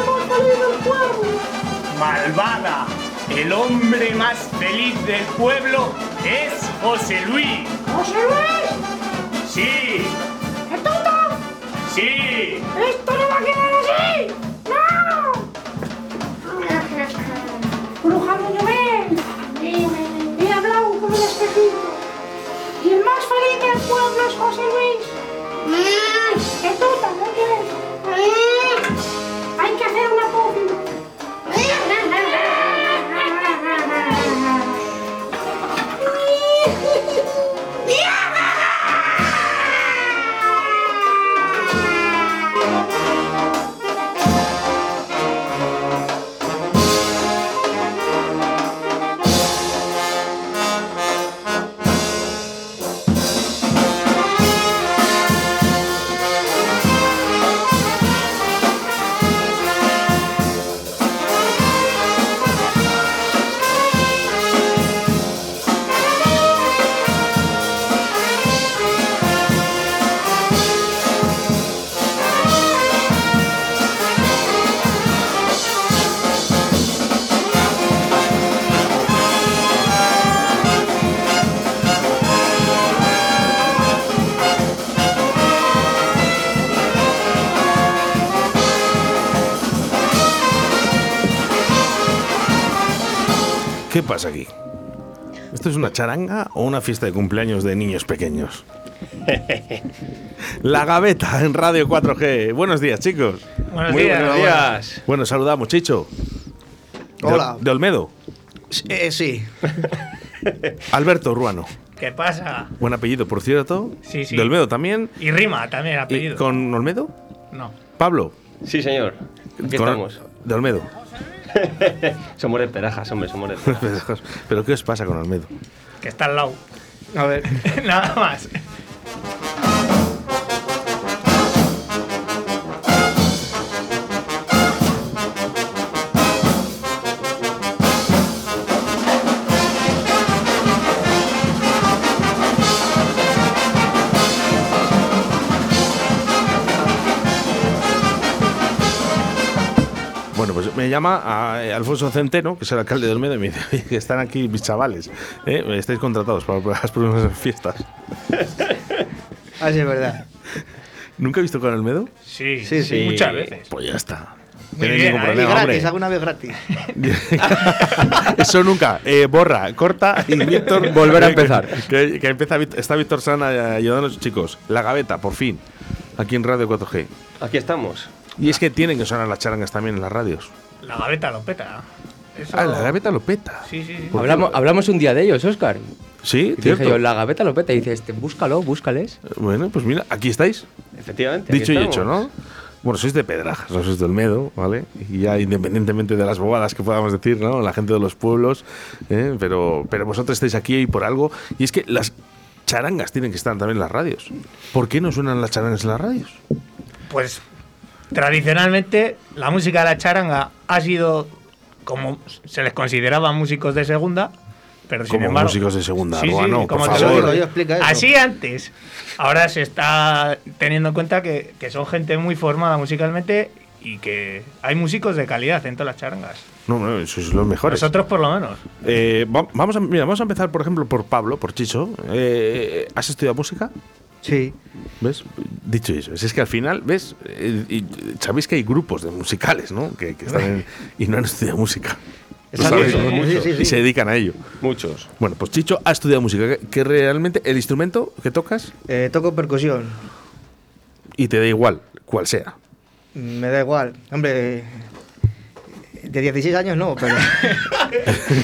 del pueblo. Malvada, el hombre más feliz del pueblo es José Luis. José Luis, Sí, el tonto, sí. esto no va a quedar así. ¡No! Bruja de Llobel, Dime. he hablado con el espejito. Y el más feliz del pueblo es José Luis. El tonto, no quiere. Hay que hacer una pócima. ¿Qué pasa aquí? ¿Esto es una charanga o una fiesta de cumpleaños de niños pequeños? La gaveta en Radio 4G. Buenos días, chicos. Buenos Muy días. buenos días. Bueno, saludamos, Chicho. De- Hola. De, Olmedo. Eh, sí. Alberto Ruano. ¿Qué pasa? Buen apellido, por cierto. Sí, sí. De Olmedo también. Y rima también el ¿Y apellido. con Olmedo? No. Pablo. Sí, señor. Aquí Con- estamos. De Olmedo. Somos de Perajas, hombre, somos de Perajas. Pero ¿qué os pasa con Olmedo? Que está al lado. A ver. Nada más. Bueno, pues me llama a- eh, Alfonso Centeno, que es el alcalde de Olmedo, y me dice, "Oye, que están aquí mis chavales. ¿eh? Estáis contratados para las próximas fiestas. Así Ah, es verdad. ¿Nunca he visto con Olmedo? Sí, Sí, sí. Muchas veces. Pues ya está. Muy No hay bien, ningún ahí, Y problema, gratis, hombre. alguna vez gratis. Eso nunca. Eh, borra, corta y Víctor. Volver a empezar. Que, que empieza, Víct- está Víctor Sana eh, ayudándonos, chicos. La gaveta, por fin. Aquí en Radio 4G. Aquí estamos. Y es que tienen que sonar las charangas también en las radios. La gaveta lo peta. Eso- Ah, la gaveta lo peta. Sí, sí, sí. Por- Hablamos, hablamos un día de ellos, Oscar. Sí, cierto. Dije yo, la gaveta lo peta. Y dice, este, búscalo, búscales. Bueno, pues mira, aquí estáis. Efectivamente. aquí Dicho y estamos. hecho, ¿no? Bueno, sois de Pedrajas, no sois de Olmedo, ¿vale? Y ya independientemente de las bobadas que podamos decir, ¿no? La gente de los pueblos, ¿eh? pero, pero vosotros estáis aquí y por algo. Y es que las charangas tienen que estar también en las radios. ¿Por qué no suenan las charangas en las radios? Pues tradicionalmente la música de la charanga ha sido como se les consideraba músicos de segunda, pero sin Como embargo- músicos de segunda, Sí, sí, Ruano, por como te Eso favor. digo yo, explica eso. Así antes. Ahora se está teniendo en cuenta que, que son gente muy formada musicalmente y que hay músicos de calidad en todas las charangas. No, no, sois los mejores. Nosotros por lo menos. Eh, va- vamos, a, mira, vamos a empezar, por ejemplo, por Pablo, por Chicho. Eh, ¿Has estudiado música? Sí. ¿Ves? Dicho eso, si es que al final, ¿ves? Eh, y- y sabéis que hay grupos de musicales, ¿no? Que, que están en- y no han estudiado música. Lo Exacto, sabéis, sí, ¿no? sí, sí, sí. Y se dedican a ello. Muchos. Bueno, pues Chicho ha estudiado música, que, que realmente el instrumento que tocas Eh, toco percusión. y te da igual, cual sea. Me da igual. Hombre. De 16 años no, pero.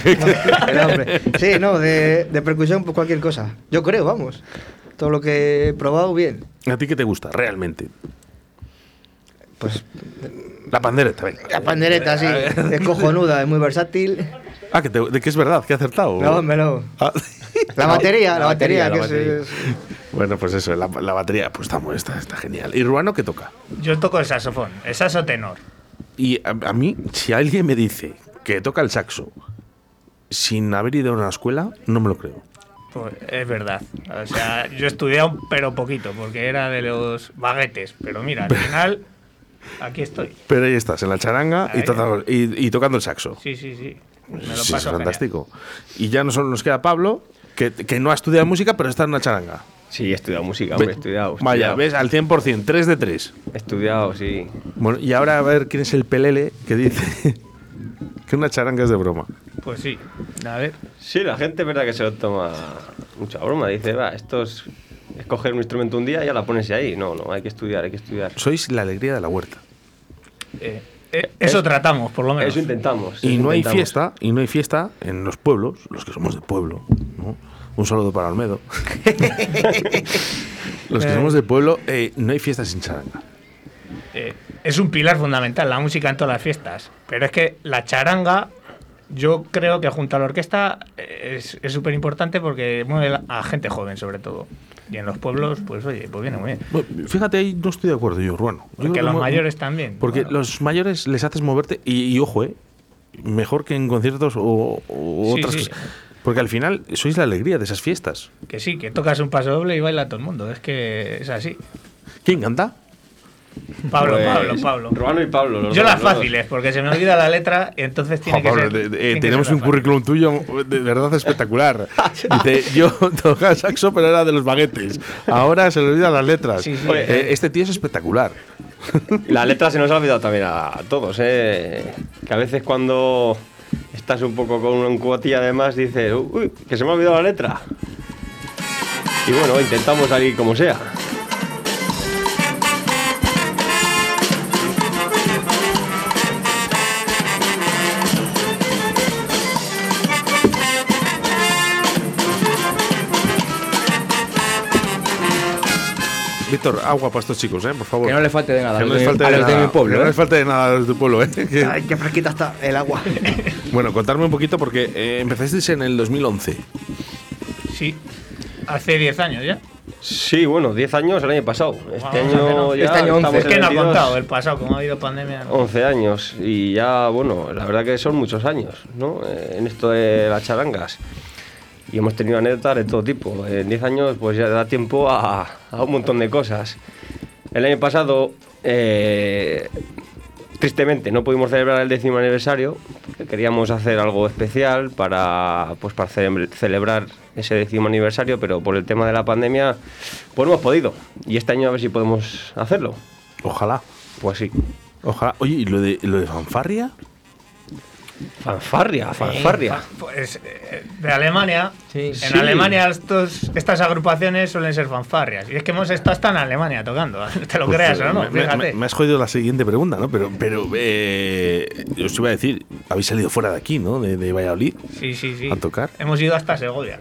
Pero, hombre, Sí, no, de, de percusión, pues cualquier cosa. Yo creo, vamos. Todo lo que he probado, bien. ¿A ti qué te gusta realmente? Pues La pandereta, venga. la pandereta, sí. Es cojonuda, es muy versátil. Ah, que, te- de que es verdad, que he acertado. No, hombre, no. Ah, La batería, la, la batería, batería, que la es- batería. es, bueno, pues eso, la, la batería, pues está, muy- está, está genial. ¿Y Ruano qué toca? Yo toco el saxofón, el saxo tenor. Y a, a mí, si alguien me dice que toca el saxo sin haber ido a una escuela, no me lo creo. Pues es verdad. O sea, yo he estudiado, pero poquito, porque era de los baguetes. Pero mira, al final Aquí estoy. Pero ahí estás, en la charanga y, Ahí. tocando, y- y tocando el saxo. Sí, sí, sí. Me lo Sí, paso es genial. fantástico. Y ya no solo nos queda Pablo, que, que no ha estudiado música, pero está en una charanga. Sí, he estudiado música, hombre, he Ve- estudiado. he Vaya, estudiado. ves, al 100%, 3 de 3. He estudiado, sí. Bueno, y ahora a ver quién es el pelele que dice que una charanga es de broma. Pues sí. A ver. Sí, la gente es verdad que se lo toma mucha broma. Dice, va, esto es, es coger un instrumento un día y ya la pones ahí. No, no, hay que estudiar, hay que estudiar. Sois la alegría de la huerta. eh, eh, eso tratamos, por lo menos. Eso intentamos. Y eso no hay intentamos. fiesta, y no hay fiesta en los pueblos, los que somos de pueblo, ¿no? Un saludo para Olmedo. los que somos de pueblo, eh, no hay fiesta sin charanga. Eh, es un pilar fundamental, la música en todas las fiestas. Pero es que la charanga, yo creo que junto a la orquesta eh, es es súper importante porque mueve la- a gente joven, sobre todo. Y en los pueblos, pues oye, pues viene muy bien. Bueno, fíjate, ahí no estoy de acuerdo yo, Urbano. Yo creo Porque que los mu- mayores también. Porque bueno. los mayores les haces moverte y, y ojo, ¿eh? Mejor que en conciertos o, o Sí, otras sí. cosas. Porque al final sois la alegría de esas fiestas. Que sí, que tocas un paso doble y baila todo el mundo. Es que es así. ¿Quién canta? Pablo, Pues, Pablo, Pablo. Ruano y Pablo. los Yo dos, las los dos. fáciles, porque se me olvida la letra y entonces tiene Jo, que Pablo, ser. de- de- tiene que tenemos ser un la fácil. currículum tuyo de verdad espectacular. Dice, yo tocaba saxo, pero era de los baguetes. Ahora se le olvidan las letras. Sí, sí. Oye, eh, este tío es espectacular. La letra se nos ha olvidado también a todos, ¿eh? Que a veces cuando estás un poco con un cuatilla además dices, uy, que se me ha olvidado la letra. Y bueno, intentamos salir como sea. Víctor, agua para estos chicos, ¿eh? por favor. Que no le falte de nada. Que a no les los de- falte a de los de nada- mi pueblo. que no ¿eh? les falte de nada a los de tu pueblo. ¿eh? Que- Ay, qué fresquita está el agua. bueno, contarme un poquito porque eh, empezasteis en el 2011. Sí, hace 10 años ya. Sí, bueno, 10 años el año pasado. Este Vamos, año hace ya no- este año estamos 11. Es en que no ha 22, contado el pasado, como ha habido pandemia. Oh, no. 11 años y ya, bueno, la verdad que son muchos años, ¿no? Eh, En esto de las charangas. Y hemos tenido anécdotas de todo tipo. En 10 años pues ya da tiempo a, a un montón de cosas. El año pasado, eh, tristemente, no pudimos celebrar el décimo aniversario. porque Queríamos hacer algo especial para, pues, para cele- celebrar ese décimo aniversario, pero por el tema de la pandemia, pues no hemos podido. Y este año a ver si podemos hacerlo. Ojalá. Pues sí. Ojalá. Oye, ¿y lo de, lo de fanfarria? Fanfarria, fanfarria. Pues eh, de Alemania. En Sí. Alemania estos, estas agrupaciones suelen ser fanfarrias. Y es que hemos estado hasta en Alemania tocando. Te lo Pues, creas eh, o no, me- me- fíjate. Me, me has jodido la siguiente pregunta, ¿no? Pero, pero eh, os iba a decir, habéis salido fuera de aquí, ¿no? De, de Valladolid. Sí, sí, sí. ¿A tocar? Hemos ido hasta Segovia.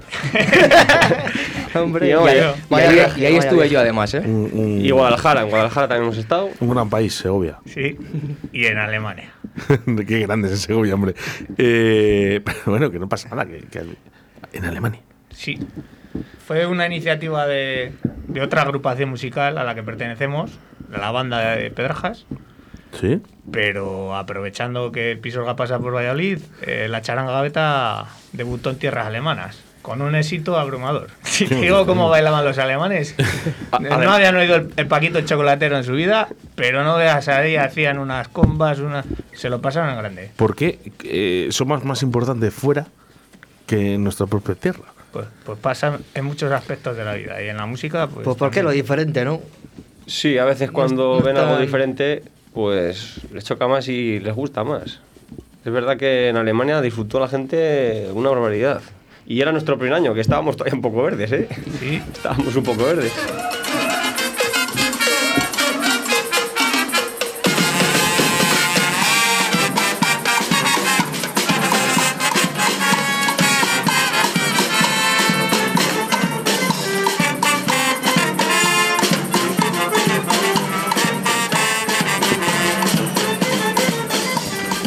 Hombre, Y ahí- vaya- Y ahí, vaya y ahí viaje. estuve yo además, ¿eh? Un, un- Y Guadalajara, en Guadalajara también hemos estado. un gran país, Segovia. sí. Y en Alemania. Qué grande es Segovia, hombre. Eh, pero bueno, que no pasa nada. Que, que- en Alemania. Sí. Fue una iniciativa de, de otra agrupación musical a la que pertenecemos, de la banda de Pedrajas. ¿Sí? Pero aprovechando que el Pisorga pasa por Valladolid, eh, la charanga gaveta debutó en tierras alemanas, con un éxito abrumador. Si te digo cómo bailaban los alemanes, no habían oído el, el Paquito Chocolatero en su vida, pero no veas ahí, hacían unas combas, unas... se lo pasaron en grande. ¿Por qué eh, somos más importantes fuera que en nuestra propia tierra? Pues, pues pasan en muchos aspectos de la vida, y en la música, pues... Pues porque lo también. diferente, ¿no? Sí, a veces cuando no ven algo están- diferente, pues les choca más y les gusta más. Es verdad que en Alemania disfrutó la gente una barbaridad. Y era nuestro primer año, que estábamos todavía un poco verdes, ¿eh? Sí, Estábamos un poco verdes.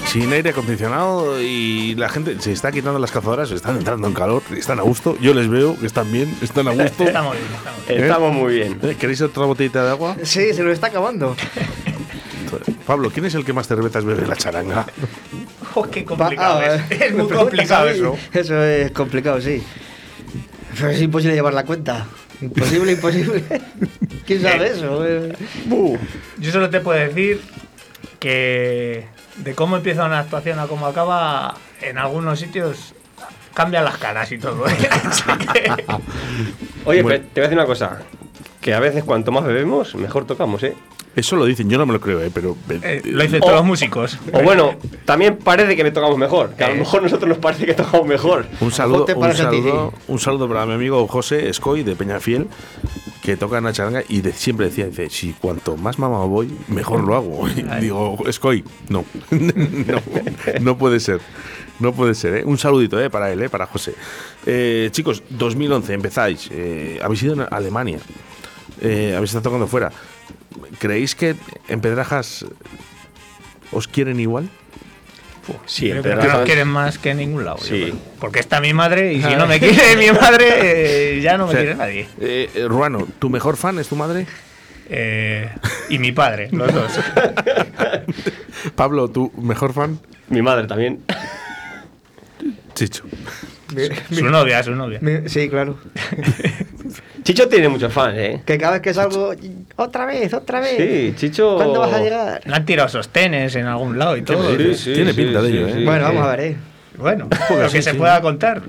Sin aire acondicionado y la gente se está quitando las cazadoras, están entrando en calor, están a gusto. Yo les veo que están bien, están a gusto. estamos bien, estamos bien. Estamos muy bien. Eh, ¿Queréis otra botellita de agua? Sí, se nos está acabando. Pablo, ¿quién es el que más cervezas bebe en la charanga? Oh, qué Pa- complicado ah, es. eh, Es me muy preguntas a complicado mí. eso. Eso es complicado, sí. Pero es imposible llevar la cuenta. Imposible, imposible. ¿Quién sabe eso? Eh, Yo solo te puedo decir que de cómo empieza una actuación a cómo acaba, en algunos sitios cambian las caras y todo. ¿eh? Así que- Oye, Bueno. pero te voy a decir una cosa. Que a veces cuanto más bebemos, mejor tocamos, ¿eh? Eso lo dicen, yo no me lo creo, ¿eh? pero. eh, lo dicen todos los músicos. O bueno, también parece que me tocamos mejor. Que a lo Eh. mejor nosotros nos parece que tocamos mejor. Un saludo, Jote para un, saludo, Santillí. un saludo para mi amigo José Escoy de Peñafiel, que toca en la charanga y de- siempre decía, dice, si cuanto más mamado voy, mejor lo hago. Y digo, Escoy, no. no, no puede ser. No puede ser, ¿eh? Un saludito ¿eh? para él, ¿eh? para José. Eh, chicos, 2011 empezáis. eh, habéis ido a Alemania. eh, habéis estado tocando fuera. ¿Creéis que en Pedrajas os quieren igual? Sí, Creo en que Pedrajas- nos quieren más que en ningún lado. yo Sí. creo. Porque está mi madre y si no me quiere mi madre, eh, ya no me O sea, quiere nadie. Eh, eh, Ruano, ¿tu mejor fan es tu madre? Eh, y mi padre, los dos. Pablo, ¿tu mejor fan? Mi madre también. Chicho. Mi- Su novia, su novia. mi- sí, claro. Chicho tiene muchos fans, ¿eh? Que cada vez que salgo, otra vez, otra vez. Sí, Chicho. ¿Cuándo vas a llegar? Le han tirado sostenes en algún lado y todo. Sí, sí, Tiene sí, pinta de sí, ello, ¿eh? sí, bueno, sí. vamos a ver, ¿eh? Bueno, lo que se pueda contar.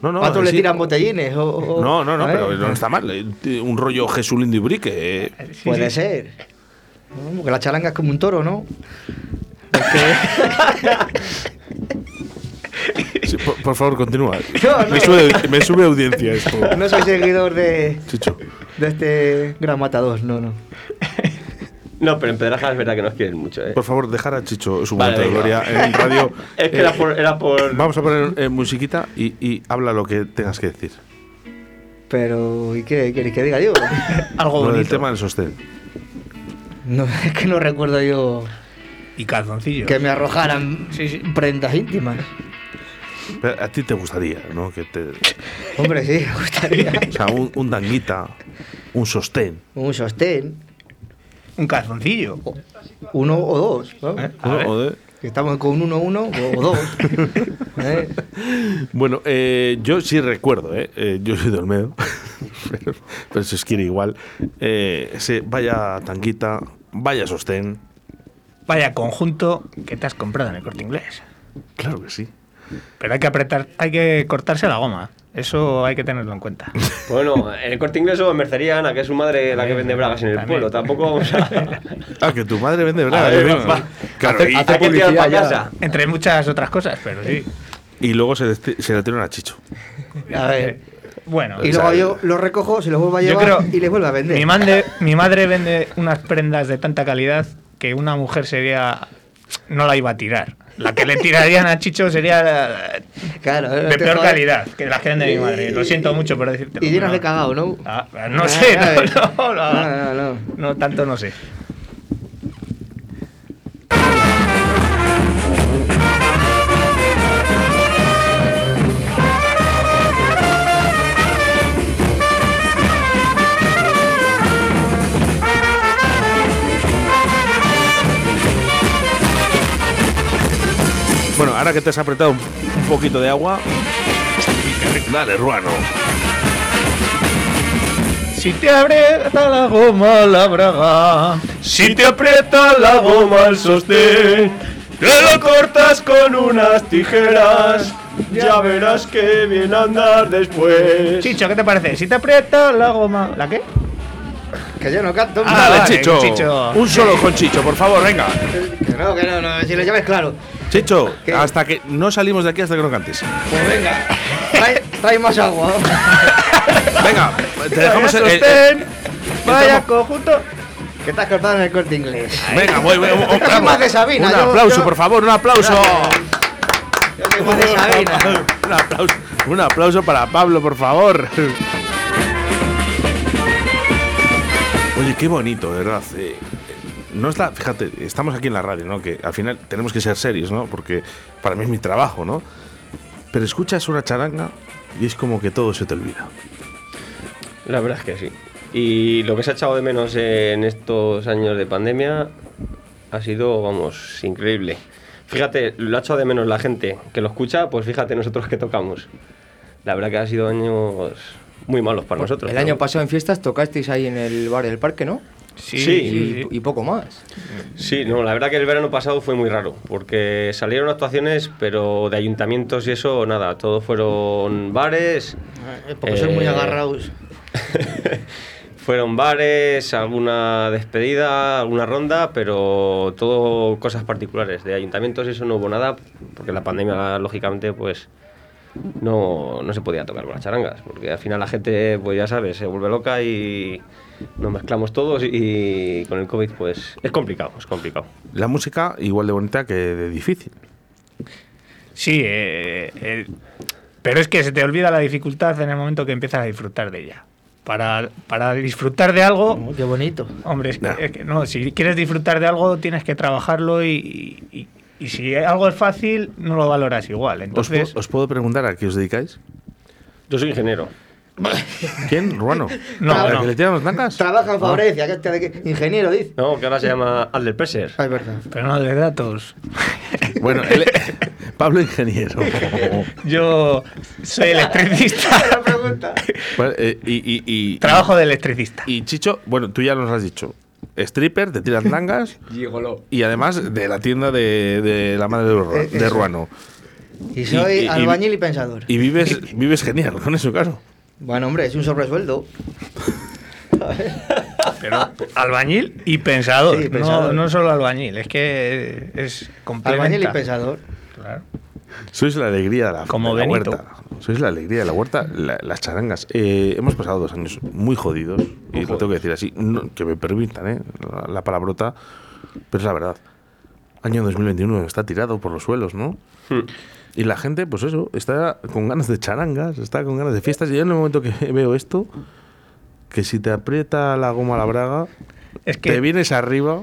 No, no, ¿Cuántos le sí. tiran botellines? O, o- No, no, no, a ver. Pues pero no está mal. eh, Un rollo Jesulindo y Brique. eh. Sí, Puede sí. ser. No, Porque la charanga es como un toro, ¿no? Porque- Sí, por, por favor, continúa. No, no. Me, sube, me sube audiencia esto. no soy seguidor de, Chicho. de este Gran Matador, no, no. No, pero en Pedrajas es verdad que nos quieren mucho, ¿eh? Por favor, dejar a Chicho su Vale, momento de venga. gloria en radio. Es que Eh, era por. Era por... Vamos a poner eh, musiquita y, y habla lo que tengas que decir. Pero, ¿y qué queréis que diga yo? Algo Oh, Lo bonito. del tema del sostén. No, es que no recuerdo yo Y calzoncillos. que me arrojaran prendas íntimas. Pero a ti te gustaría, ¿no? Que te, o Hombre, sí, me gustaría. sea, un, un danguita, un sostén. Un sostén, Un calzoncillo. Oh, uno o dos, ¿no? ¿Eh? A ¿no? ver. O de- Que Estamos con uno, uno o dos. ¿eh? Bueno, eh, yo sí recuerdo, ¿eh? Eh, yo soy de Olmedo, pero, pero si os quiere igual. Eh, ese vaya tanquita, vaya sostén, Vaya conjunto que te has comprado en el corte inglés. claro que sí. Pero hay que apretar, hay que cortarse la goma. Eso hay que tenerlo en cuenta. Bueno, en el corte inglés o en Mercería Ana, que es su madre la que vende bragas en el También. pueblo. Tampoco vamos a. Ah, que tu madre vende bragas. A ver, yo va- me- va- Claro, hacer- y, hacer que tirar publicidad para ya. casa. Entre muchas otras cosas, pero Eh, sí. y luego se le, ti- se le tiran a Chicho. A ver. Eh, Bueno, eh, Y luego yo los recojo, se los vuelvo a Yo llevar creo- y les vuelvo a vender. mi, mande- mi madre vende unas prendas de tanta calidad que una mujer sería. no la iba a tirar. La que le tirarían a Chicho sería eh, Claro, de peor calidad que las que vende mi madre. Lo siento mucho por decirte. Y llenas de cagado, ¿no? Ah, no sé, Ah, no, eh. no, no. No, no, no. No, tanto no sé. Bueno, ahora que te has apretado un, un poquito de agua. Dale, Ruano. Si te aprieta la goma la braga, si te aprieta la goma el sostén, te lo cortas con unas tijeras, ya verás que bien andar después. Chicho, ¿qué te parece? Si te aprieta la goma. ¿La qué? Que yo no canto. Ah, Dale, vale, Chicho. Chicho. Un solo con Chicho, por favor, venga. Que no, que no, no, si lo llamas claro. Chicho, ¿Qué? hasta que no salimos de aquí hasta que no cantes. Pues venga, trae, trae más agua. Venga, te dejamos el- Vaya el- el- sostén, vaya estamos- conjunto. que estás cortado en el corte inglés. Venga, voy, voy, voy, vamos. más de Sabina, Un yo- aplauso, yo- por favor, un aplauso. Yo soy más de Sabina. Un aplauso, un aplauso para Pablo, por favor. Oye, qué bonito, de verdad. eh, no está, fíjate, estamos aquí en la radio, ¿no? Que al final tenemos que ser serios, ¿no? Porque para mí es mi trabajo, ¿no? Pero escuchas una charanga y es como que todo se te olvida. La verdad es que sí. Y lo que se ha echado de menos en estos años de pandemia ha sido, vamos, increíble. Fíjate, lo ha echado de menos la gente que lo escucha, pues fíjate nosotros que tocamos. La verdad que ha sido años muy malos para nosotros. Pues, El ¿no? año pasado en fiestas tocasteis ahí en el bar del parque, ¿no? Sí, Sí. sí, Y, sí. y poco más. Sí, no, la verdad que el verano pasado fue muy raro, porque salieron actuaciones, pero de ayuntamientos y eso, nada, todos fueron bares. Porque son muy eh, agarrados. fueron bares, alguna despedida, alguna ronda, pero todo cosas particulares. De ayuntamientos y eso no hubo nada, porque la pandemia, lógicamente, pues no, no se podía tocar con las charangas, porque al final la gente, pues ya sabes, se vuelve loca y nos mezclamos todos y con el COVID, pues es complicado, es complicado. La música igual de bonita que de difícil. Sí, eh, eh, pero es que se te olvida la dificultad en el momento que empiezas a disfrutar de ella. Para, para disfrutar de algo, Oh, Qué bonito. hombre, es que- es que no, si quieres disfrutar de algo tienes que trabajarlo y, y- y si algo es fácil no lo valoras igual. ¿Os, Entonces, pu- os puedo preguntar a qué os dedicáis? Yo soy ingeniero. ¿Quién? ¿Ruano? No, ¿A la no. que le tiran las Ah. nacas? Trabaja en Favorecia, que este de que- ingeniero, dice. No, que ahora se llama Alder Presser. Ah, es verdad. pero no de datos. Bueno, él- Pablo Ingeniero. Yo soy electricista, pregunta. Vale, eh, y, y- y- trabajo de electricista. y Chicho, bueno, tú ya nos has dicho. Stripper, te tiras langas Gigolo. y además de la tienda de, de la madre de, Ru- Eh, de eso. Ruano. Y soy Y- y- y- albañil y pensador. Y vives, vives genial con eso, claro. Bueno, hombre, es un sobresueldo. Pero albañil y pensador. Sí, no- pensador. No, solo albañil, es que es complementa. Albañil y pensador. Claro. Sois la alegría de la, Como de la Benito. huerta. Sois la alegría de la huerta, la- las charangas. Eh, hemos pasado dos años muy jodidos, y lo tengo que decir así, no- que me permitan ¿eh? la, la palabrota, pero es la verdad. Año 2021 está tirado por los suelos, ¿no? Y la gente, pues eso, está con ganas de charangas, está con ganas de fiestas. Y yo en el momento que veo esto, que si te aprieta la goma a la braga, Es que- te vienes arriba.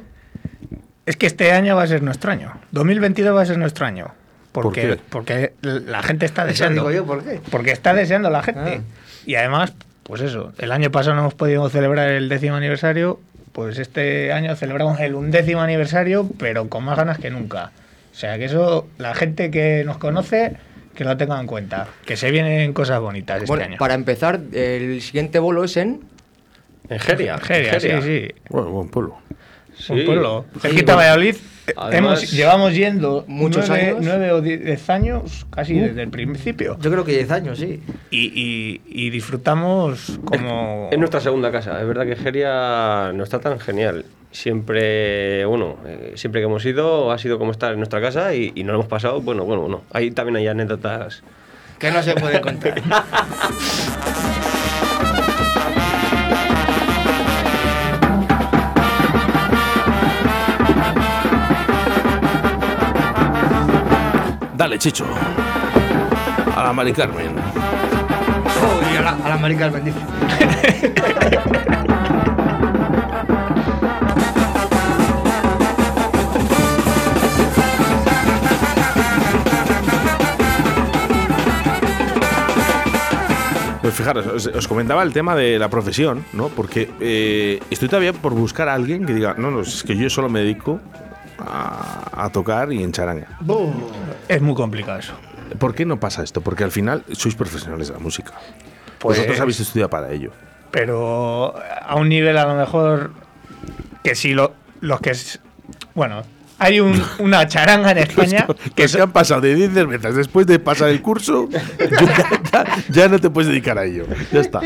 Es que este año va a ser nuestro año. 2022 va a ser nuestro año. ¿Por Porque, qué? porque la gente está Eso deseando. digo yo, ¿por qué? Porque está deseando la gente. Ah. Y además, pues eso, el año pasado no hemos podido celebrar el décimo aniversario, pues este año celebramos el undécimo aniversario, pero con más ganas que nunca. O sea, que eso, la gente que nos conoce, que lo tenga en cuenta. Que se vienen cosas bonitas este Bueno, año. para empezar, el siguiente bolo es en. En Geria. en Geria, sí, Geria. sí. Bueno, buen pueblo. Un Sí. pueblo. Sí, Cerquita de bueno. Valladolid. eh, Además- hemos, llevamos yendo Muchos nueve, años. nueve o diez años, casi desde el principio. Yo creo que 10 años, sí. Y, y- y disfrutamos como. Es nuestra segunda casa. Es verdad que Geria no está tan genial. Siempre, bueno, eh, siempre que hemos ido ha sido como estar en nuestra casa y, y no lo hemos pasado. Bueno, bueno, bueno. Ahí también hay anécdotas. Que no se puede contar. Dale, Chicho. A la Mari Carmen. Joder, a la, a la Mari Carmen, dice. Pues fijaros, os, os comentaba el tema de la profesión, ¿no? Porque eh, estoy todavía por buscar a alguien que diga, no, no, es que yo solo me dedico a, a tocar y en charanga. Es muy complicado eso. ¿Por qué no pasa esto? Porque al final sois profesionales de la música. Pues- Vosotros habéis estudiado para ello. Pero a un nivel a lo mejor que si lo, los que. es- Bueno, hay un- una charanga en España que Que se son. han pasado de 10 cervezas después de pasar el curso, ya, ya- ya no te puedes dedicar a ello. Ya está.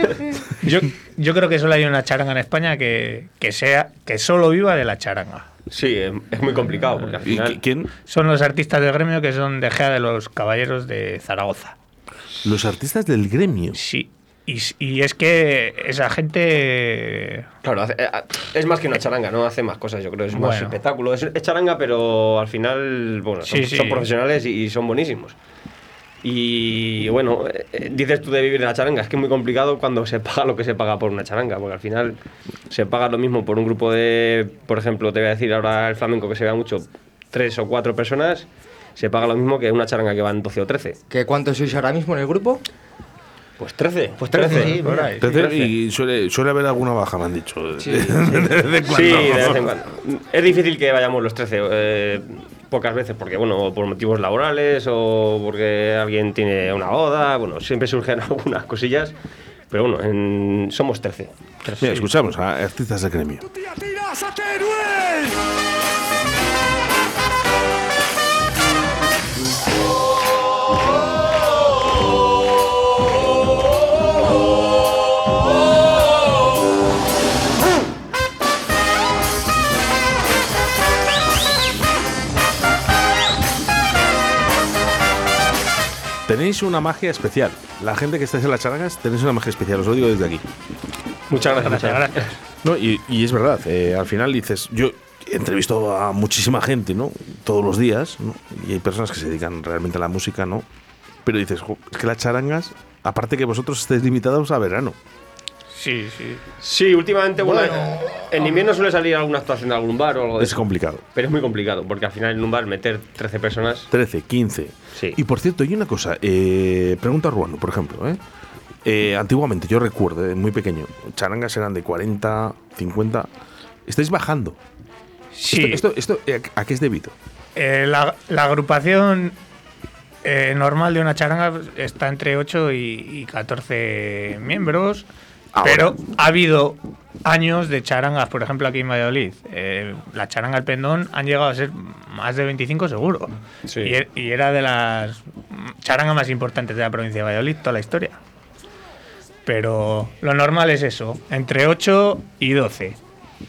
Yo, yo creo que solo hay una charanga en España que, que sea que solo viva de la charanga. Sí, es, es muy complicado porque al ¿Y final. qui- quién? Son los artistas del gremio que son de Gea de los Caballeros de Zaragoza. Los artistas del gremio. Sí. Y, s- y es que esa gente. Claro, hace- eh, es más que una charanga, ¿no? Hace más cosas, yo creo. Es más Bueno. espectáculo. Es, es charanga, pero al final, bueno, son, Sí, sí. son profesionales y, y son buenísimos. Y bueno, eh, eh, dices tú de vivir de la charanga, es que es muy complicado cuando se paga lo que se paga por una charanga, porque al final se paga lo mismo por un grupo de, por ejemplo, te voy a decir ahora el flamenco que se vea mucho, tres o cuatro personas, se paga lo mismo que una charanga que van 12 o 13. ¿Que ¿Cuántos sois ahora mismo en el grupo? Pues 13. Pues 13, sí, por mira. ahí. Entonces, y suele, suele haber alguna baja, me han dicho. de- de vez en cuando. Sí, de vez en cuando. Es difícil que vayamos los 13, eh, pocas veces, porque, bueno, o por motivos laborales o porque alguien tiene una boda, bueno, siempre surgen algunas cosillas, pero bueno, en- somos 13. Mira, escuchamos a artistas del gremio. Tira, tira, a Teruel. Tenéis una magia especial. La gente que estáis en las charangas tenéis una magia especial, os lo digo desde aquí. Muchas gracias. Muchas gracias. No, y, y es verdad, eh, al final dices, yo entrevisto a muchísima gente, ¿no? Todos los días, ¿no? Y hay personas que se dedican realmente a la música, ¿no? Pero dices, "Jo, es que las charangas, aparte que vosotros estáis limitados a verano. Sí, sí. Sí, últimamente, bueno, en invierno suele salir alguna actuación de algún bar o algo de Es eso. complicado. Pero es muy complicado, porque al final en un bar meter 13 personas. 13, 15. Sí. Y por cierto, hay una cosa, eh, pregunta a Ruano, por ejemplo, ¿eh? Eh, antiguamente, yo recuerdo, eh, muy pequeño, charangas eran de 40, 50. Estáis bajando. Sí. Esto, esto, esto, eh, ¿A qué es debido? Eh, la, la agrupación eh, normal de una charanga está entre 8 y, y 14 miembros, Ahora. pero ha habido años de charangas, por ejemplo aquí en Valladolid. Eh, la charanga El Pendón han llegado a ser más de 25 seguro. Sí. Y, e- y era de las mm, charangas más importantes de la provincia de Valladolid, toda la historia. Pero lo normal es eso, entre 8 y 12.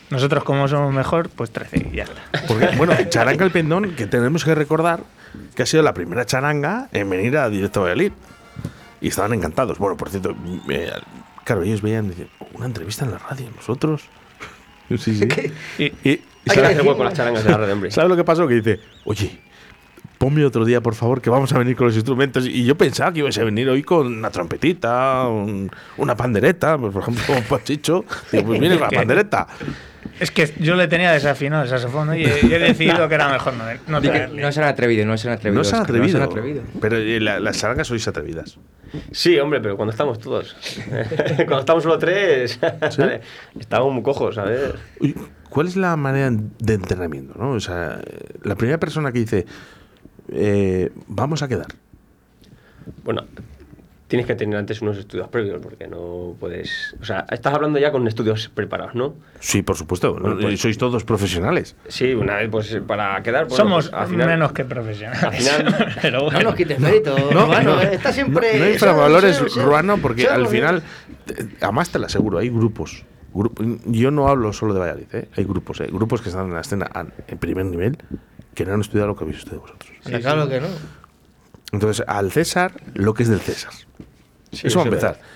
Nosotros como somos mejor, pues 13 y ya está. Porque, bueno, Charanga el Pendón, que tenemos que recordar que ha sido la primera charanga en venir a Directo Valladolid. Y estaban encantados. Bueno, por cierto, eh, claro, ellos veían decían, una entrevista en la radio, nosotros. Sí, sí. Y- Y- y Y se le hace hueco las charangas de la red, hombre. ¿Sabes lo que pasó? Que dice, oye, ponme otro día, por favor, que vamos a venir con los instrumentos. Y yo pensaba que ibas a venir hoy con una trompetita, un- una pandereta, pues, por ejemplo, un pachicho. Digo, pues viene con la pandereta. Es que yo le tenía desafinado el saxofón y he, y he decidido que era mejor no, no Di que traerle. no se han atrevido, no se han atrevido. No se han Oscar, no atrevido. atrevido. Pero eh, la- las charangas sois atrevidas. Sí, hombre, pero cuando estamos todos. cuando estamos solo tres, estamos muy cojos, a ver. Uy, ¿Cuál es la manera de entrenamiento? ¿no? O sea, eh, la primera persona que dice, eh, vamos a quedar. Bueno, tienes que tener antes unos estudios previos, porque no puedes. O sea, estás hablando ya con estudios preparados, ¿no? Sí, por supuesto. ¿no? Bueno, pues- Eh, sois todos profesionales. Sí, una vez, pues para quedar. bueno, Somos pues, al final- menos que profesionales. al final- pero bueno. No nos quites mérito. Urbano, eh. está siempre- No, no hay sí, infravalores, sí, sí. Ruano, porque Sí, al sí. final, te- además te lo aseguro, hay grupos. Gru- Yo no hablo solo de Valladolid, ¿eh? hay grupos, ¿eh? grupos que están en la escena an- en primer nivel que no han estudiado lo que habéis estudiado vosotros. Sí, claro que no. Entonces, al César, lo que es del César. Sí, Eso va a sí, empezar. verdad.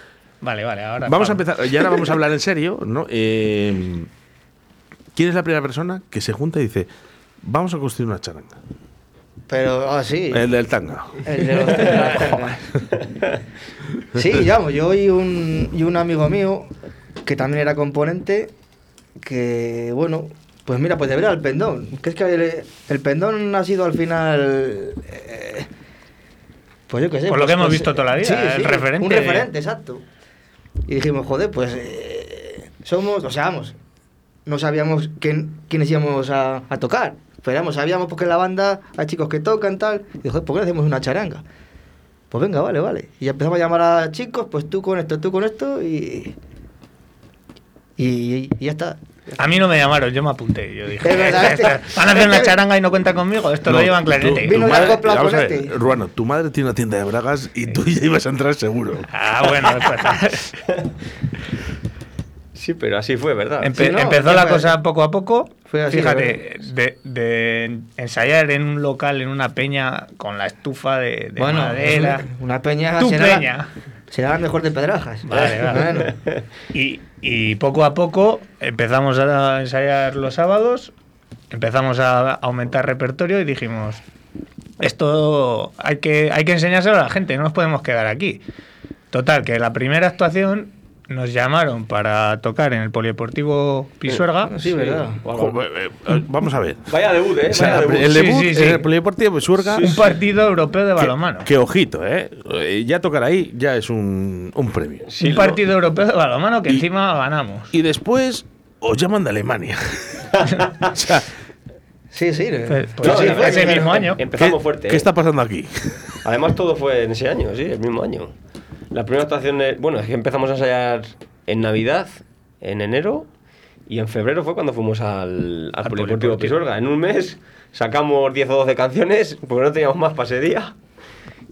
Vale, vale, ahora. Vamos a empezar, y ahora vamos a hablar en serio, ¿no? Eh, ¿Quién es la primera persona que se junta y dice, vamos a construir una charanga? Pero así. El del tanga. El de los- sí, vamos, yo y un, y un amigo mío, que también era componente, que, bueno, pues mira, pues de ver al pendón. Que es que el, el pendón ha sido al final... eh, pues yo qué sé. Por lo pues- que hemos pues, visto toda la vida, el referente. Un referente, exacto. Y dijimos, joder, pues eh, somos, o sea, vamos, no sabíamos quién, quiénes íbamos a, a tocar. Pero vamos, sabíamos porque en la banda hay chicos que tocan, tal. Y joder, ¿por qué no hacemos una charanga? Pues venga, vale, vale. Y ya empezamos a llamar a chicos, pues tú con esto, tú con esto y... Y, y ya está. A mí no me llamaron, yo me apunté. Yo dije, Es verdad. "Esta- esta- van a hacer una charanga y no cuentan conmigo. Esto No, lo llevan clarete. tú- Vino tu ya madre- acoplado vamos con a ver, este. Ruano, tu madre tiene una tienda de bragas y tú ya ibas a entrar seguro. Ah, bueno, pues, Sí, pero así fue, ¿verdad? empe- Sí, no, empezó sí, la fue- cosa poco a poco. fue así, Fíjate, de, de ensayar en un local, en una peña, con la estufa de, de Bueno, madera. una peña Tu será la- peña. será la mejor de Pedrajas. Vale, vale. Bueno. Y, y poco a poco empezamos a ensayar los sábados, empezamos a aumentar repertorio y dijimos, esto hay que, hay que enseñárselo a la gente, no nos podemos quedar aquí. Total, que la primera actuación nos llamaron para tocar en el Polideportivo Pisuerga. Sí, verdad. Jo, eh, eh, Vamos a ver. Vaya debut, ¿eh? O sea, Vaya debut. el Sí, debut sí, sí. en el Polideportivo de Surga. Un partido europeo de balonmano. Que ojito, ¿eh? Eh, Ya tocar ahí ya es un, un premio. Sí, un lo- partido europeo de balonmano que encima ganamos. Y después os llaman de Alemania. o sea, Sí, sí. Pues- pues sí, sí, fue ese primero. mismo año. Empezamos fuerte. ¿qué ¿eh? está pasando aquí? Además, todo fue en ese año, sí, el mismo año. La primera actuación, de- bueno, es que empezamos a ensayar en Navidad, en enero, Y en febrero fue cuando fuimos al, al, Polideportivo Pisuerga. En un mes sacamos 10 o 12 canciones, porque no teníamos más para ese día.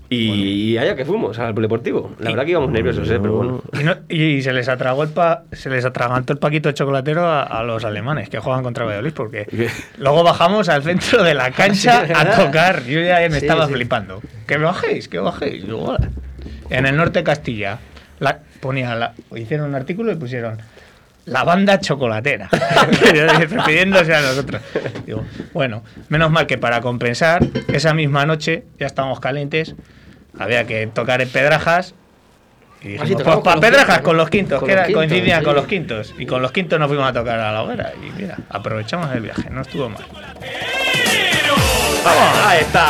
Y, y allá que fuimos, al Polideportivo. La verdad que íbamos nerviosos, ¿eh? pero bueno. Y, no- y se les atragó el pa- se les atragantó el paquito chocolatero a, a los alemanes que juegan contra Valladolid porque ¿Qué? luego bajamos al centro de la cancha a tocar. Yo ya me Sí, estaba sí. flipando. Que bajéis, que bajéis. Digo, "Hola". En el norte de Castilla la- ponía la- hicieron un artículo y pusieron la banda chocolatera, pidiéndose a nosotros. Digo, bueno, menos mal que para compensar, esa misma noche, ya estábamos calientes, había que tocar en Pedrajas. Y dijimos, Así pues Ah, tocamos con para los Pedrajas, quintos, con los quintos, con que los era- quintos, coincidía sí. con los quintos. Y con los quintos nos fuimos a tocar a la hoguera. Y mira, aprovechamos el viaje, no estuvo mal. ¡Vamos! ¡Ahí está!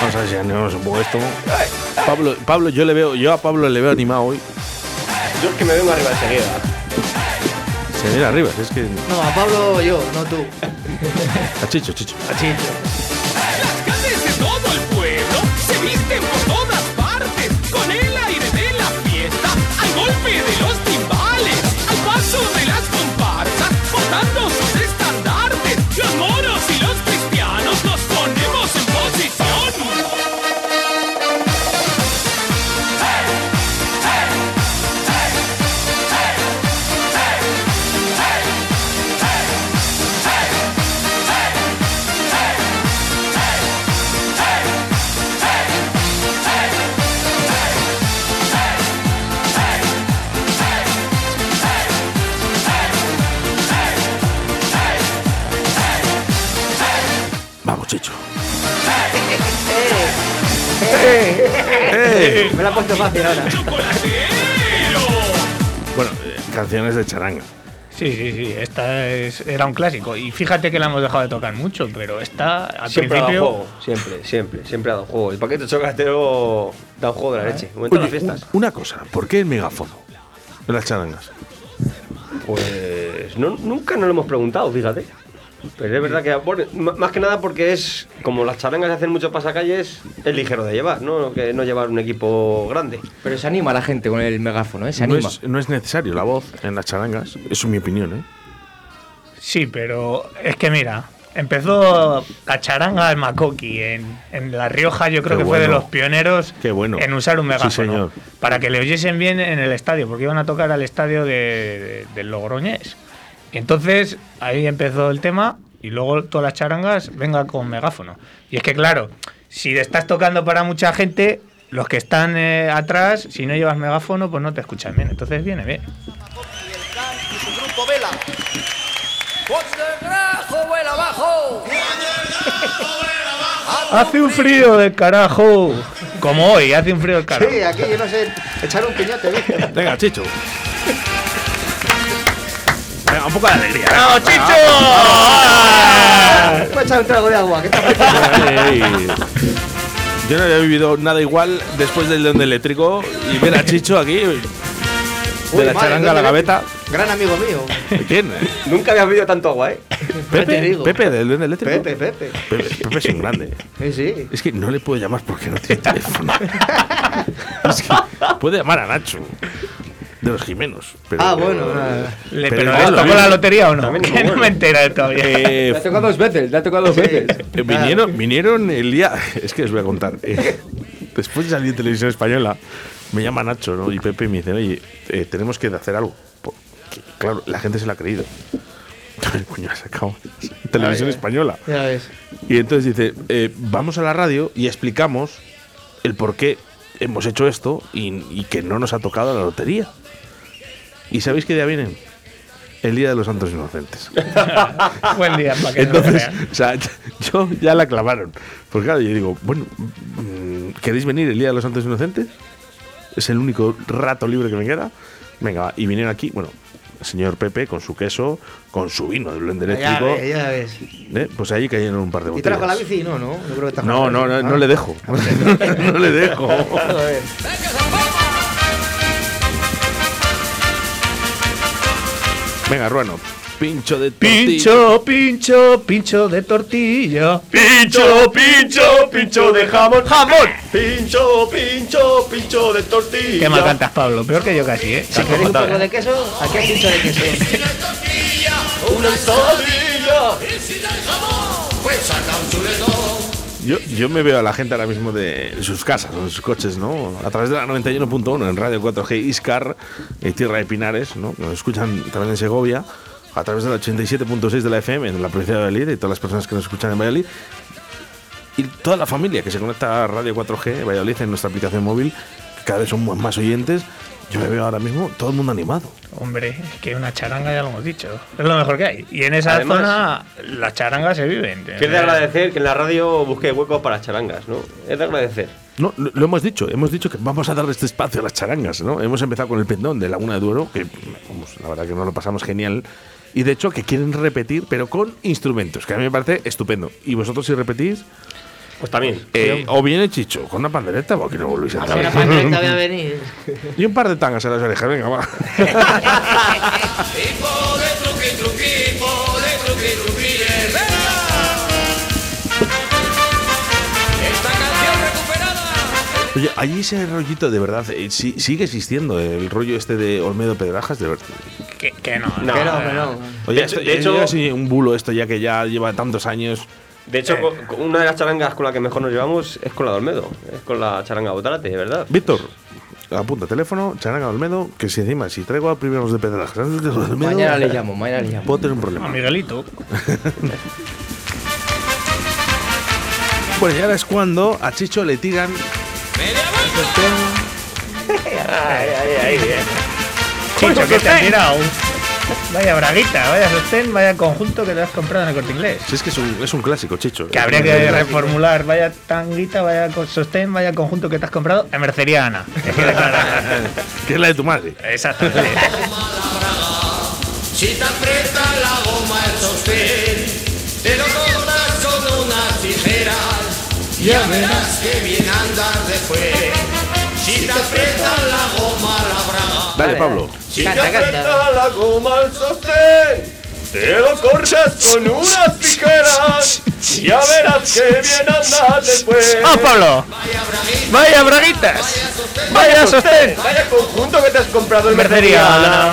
Vamos a ver si animamos un poco esto. Pablo, Pablo, yo le veo, yo a Pablo le veo animado hoy. Yo es que me vengo arriba enseguida. Se mira arriba, es que. No, a Pablo yo, no tú. A Chicho, Chicho. Las calles de todo el pueblo se visten por todas partes con el aire de la fiesta, al golpe de los timbales, al paso de las comparsas, portando sus estandartes. Los moros y los cristianos nos ponemos en posición. Vamos, Chicho. Eh. Me la ha puesto fácil ahora. ¡Chocolatero! Bueno, eh, canciones de charanga. Sí, sí, sí, esta es- era un clásico. Y fíjate que la hemos dejado de tocar mucho, pero esta al Siempre ha dado principio. juego. Siempre, siempre, siempre ha dado juego. El paquete chocolatero da un juego de la leche. Como en todas Oye, las fiestas. un- una cosa, ¿por qué el megáfono? En las charangas. Pues no- nunca nos lo hemos preguntado, fíjate. Pero es verdad que, bueno, m- más que nada porque es, como las charangas hacen muchos pasacalles, es ligero de llevar, ¿no? Que no llevar un equipo grande. Pero se anima la gente con el megáfono, ¿eh? Se No anima. es, no es necesario la voz en las charangas. Eso es mi opinión, ¿eh? Sí, pero es que mira, empezó la charanga al Macoqui en, en La Rioja, yo creo Qué que fue de bueno. los pioneros Qué bueno. en usar un Sí, megáfono señor. para que le oyesen bien en el estadio, porque iban a tocar al estadio de, de- del Logroñés. Entonces ahí empezó el tema y luego todas las charangas venga con megáfono. Y es que claro, si estás tocando para mucha gente, los que están eh, atrás, si no llevas megáfono, pues no te escuchan bien. Entonces viene bien. y su grupo Vela. Con el grajo vuela abajo. Hace un frío del carajo. Como hoy, hace un frío del carajo. Sí, aquí yo no sé, echar un piñote, ¿viste? Venga, Chicho. Venga, un poco de alegría. ¡Bravo, Chicho! Voy a Pues echar un trago de agua, ¿qué te parece? Ey. Yo no había vivido nada igual después del don eléctrico y ver a Chicho aquí, de Uy, la madre, charanga a la ¿dónde ves? gaveta. Gran amigo mío. ¿Quién? Nunca había bebido tanto agua, ¿eh? Ya te Pepe, digo. Pepe del duende eléctrico. Pepe, Pepe. Pepe, Pepe es un grande. Sí, sí. Es que no le puedo llamar porque no tiene teléfono. Es que puede llamar a Nacho. De los Jimenos. pero- Ah, bueno, nada. Le- Pero ¿Pero es le tocó lo la mismo. lotería o no? También es Que muy no bueno. me he enterado todavía. Eh, Le ha tocado dos veces, le ha tocado dos veces. Eh, Vinieron, vinieron el día. Es que os voy a contar. eh, después de salir en televisión española, me llama Nacho ¿no? y Pepe y me dicen, oye, eh, tenemos que hacer algo. Po- que, Claro, la gente se lo ha creído. Coño, ha sacado televisión española. Ya ves. Y entonces dice, eh, vamos a la radio y explicamos el por qué hemos hecho esto y, y que no nos ha tocado la lotería. ¿Y sabéis qué día vienen? El Día de los Santos Inocentes. Buen día, para que Entonces, no lo vean. o sea, yo ya la clavaron. Porque claro, yo digo, bueno, mm, ¿queréis venir el Día de los Santos Inocentes? Es el único rato libre que me queda. Venga, va. y vinieron aquí, bueno, el señor Pepe con su queso, con su vino del blend Ya eléctrico. ves, ya ves. ¿eh? Pues ahí cayeron un par de ¿Y botellas. trajo la bici? No, no. No creo que trajo No, no, no, no Ah. le dejo. no le dejo. Joder. Venga, Ruano, Pincho de tortilla. Pincho, pincho, pincho de tortilla. Pincho, pincho, pincho de jamón. ¡Jamón! Pincho, pincho, pincho de tortilla. Qué mal cantas, Pablo. Peor que yo casi, ¿eh? Si queréis un poco de queso, aquí hay pincho de queso. Una tortilla. Yo, yo me veo a la gente ahora mismo de en sus casas o en sus coches, ¿no? A través de la 91.1 en Radio 4G Iscar, eh, Tierra de Pinares, ¿no? Nos escuchan también en Segovia, a través de la 87.6 de la FM, en la provincia de Valladolid, y todas las personas que nos escuchan en Valladolid. Y toda la familia que se conecta a Radio 4G Valladolid en nuestra aplicación móvil, que cada vez son más oyentes. Yo me veo ahora mismo todo el mundo animado. Hombre, es que una charanga ya lo hemos dicho. Es lo mejor que hay. Y en esa Además- zona las charangas se viven. Que es de agradecer que en la radio busque huecos para charangas, ¿no? Es de agradecer. No, lo lo hemos dicho, hemos dicho que vamos a darle este espacio a las charangas, ¿no? Hemos empezado con el pendón de Laguna de Duero, que vamos, la verdad que nos lo pasamos genial. Y de hecho que quieren repetir, pero con instrumentos, que a mí me parece estupendo. Y vosotros si repetís, Pues también. eh, o viene Chicho con una pandereta, o aquí no volvéis a entrar. pandereta voy a venir. Y un par de tangas en las orejas, venga, va. Oye, allí ese rollito de verdad, eh, sí- sigue existiendo el rollo este de Olmedo Pedrajas, de verdad. Que, que no, No, Que no, que no. Oye, De esto- hecho- de eh, hecho- ya sí, un bulo esto ya que ya lleva tantos años. De hecho, co- co- una de las charangas con la que mejor nos llevamos es con la de Olmedo. Es con la charanga Botarate, de verdad. Víctor, apunta teléfono, charanga Olmedo, que si encima, si traigo a primeros de Pedrajas antes de Olmedo, Mañana le llamo, mañana le llamo. puedo tener un A problema. Miguelito. Bueno, y ahora es Pues cuando a Chicho le tiran Chicho, eh. que te han tirado. Vaya braguita, vaya sostén, vaya conjunto que te has comprado en el corte inglés. Si es que es un, es un clásico, Chicho. Que habría que reformular, vaya tanguita, vaya co- sostén, vaya conjunto que te has comprado en mercería Ana. Que quede claro. Que es la de tu madre. Exactamente. Si te aprieta la goma el sostén, te lo cortas con unas tijeras, ya verás que bien andas después. Si te aprieta la goma la braga, Dale, Pablo. si te Canta, canta. aprieta la goma el sostén, te lo cortas con unas tijeras, ya verás que bien andas después. ¡Vamos, ¡Oh, Pablo! ¡Vaya braguitas! ¡Vaya sostén! Vaya conjunto que te has comprado en Mercería Ana.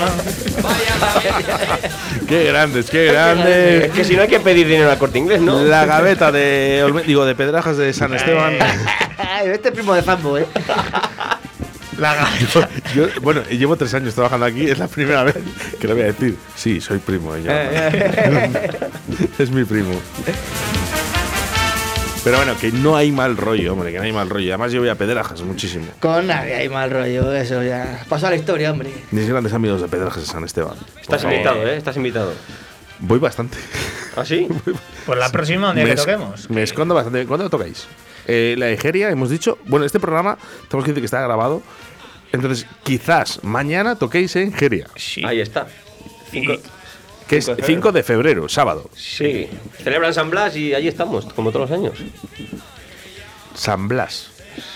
Qué grandes, qué Es grandes. que si no hay que pedir dinero al corte inglés, ¿no? La gaveta de Olme- digo de Pedrajas de Eh. San Esteban. Ay, este primo de Fambo, eh. La gaveta. Yo- bueno, llevo tres años trabajando aquí, es la primera vez que lo voy a decir. Sí, soy primo. ya. es mi primo. Pero bueno, que no hay mal rollo, hombre, que no hay mal rollo. Además yo voy a Pedrajas muchísimo. Con nadie hay mal rollo, eso ya. Pasó a la historia, hombre. Mis grandes amigos de Pedrajas de San Esteban. Por Estás favor. invitado, ¿eh? Estás invitado. Voy bastante. ¿Ah, sí? Pues la próxima, donde me, que es- toquemos. me escondo bastante. ¿Cuándo tocáis? Eh, la Nigeria, hemos dicho. Bueno, este programa, tenemos que decir que está grabado. Entonces, quizás mañana toquéis en Nigeria, Sí. Ahí está. Y- que es 5 de febrero, sábado. Sí. Celebran San Blas y allí estamos, como todos los años. San Blas.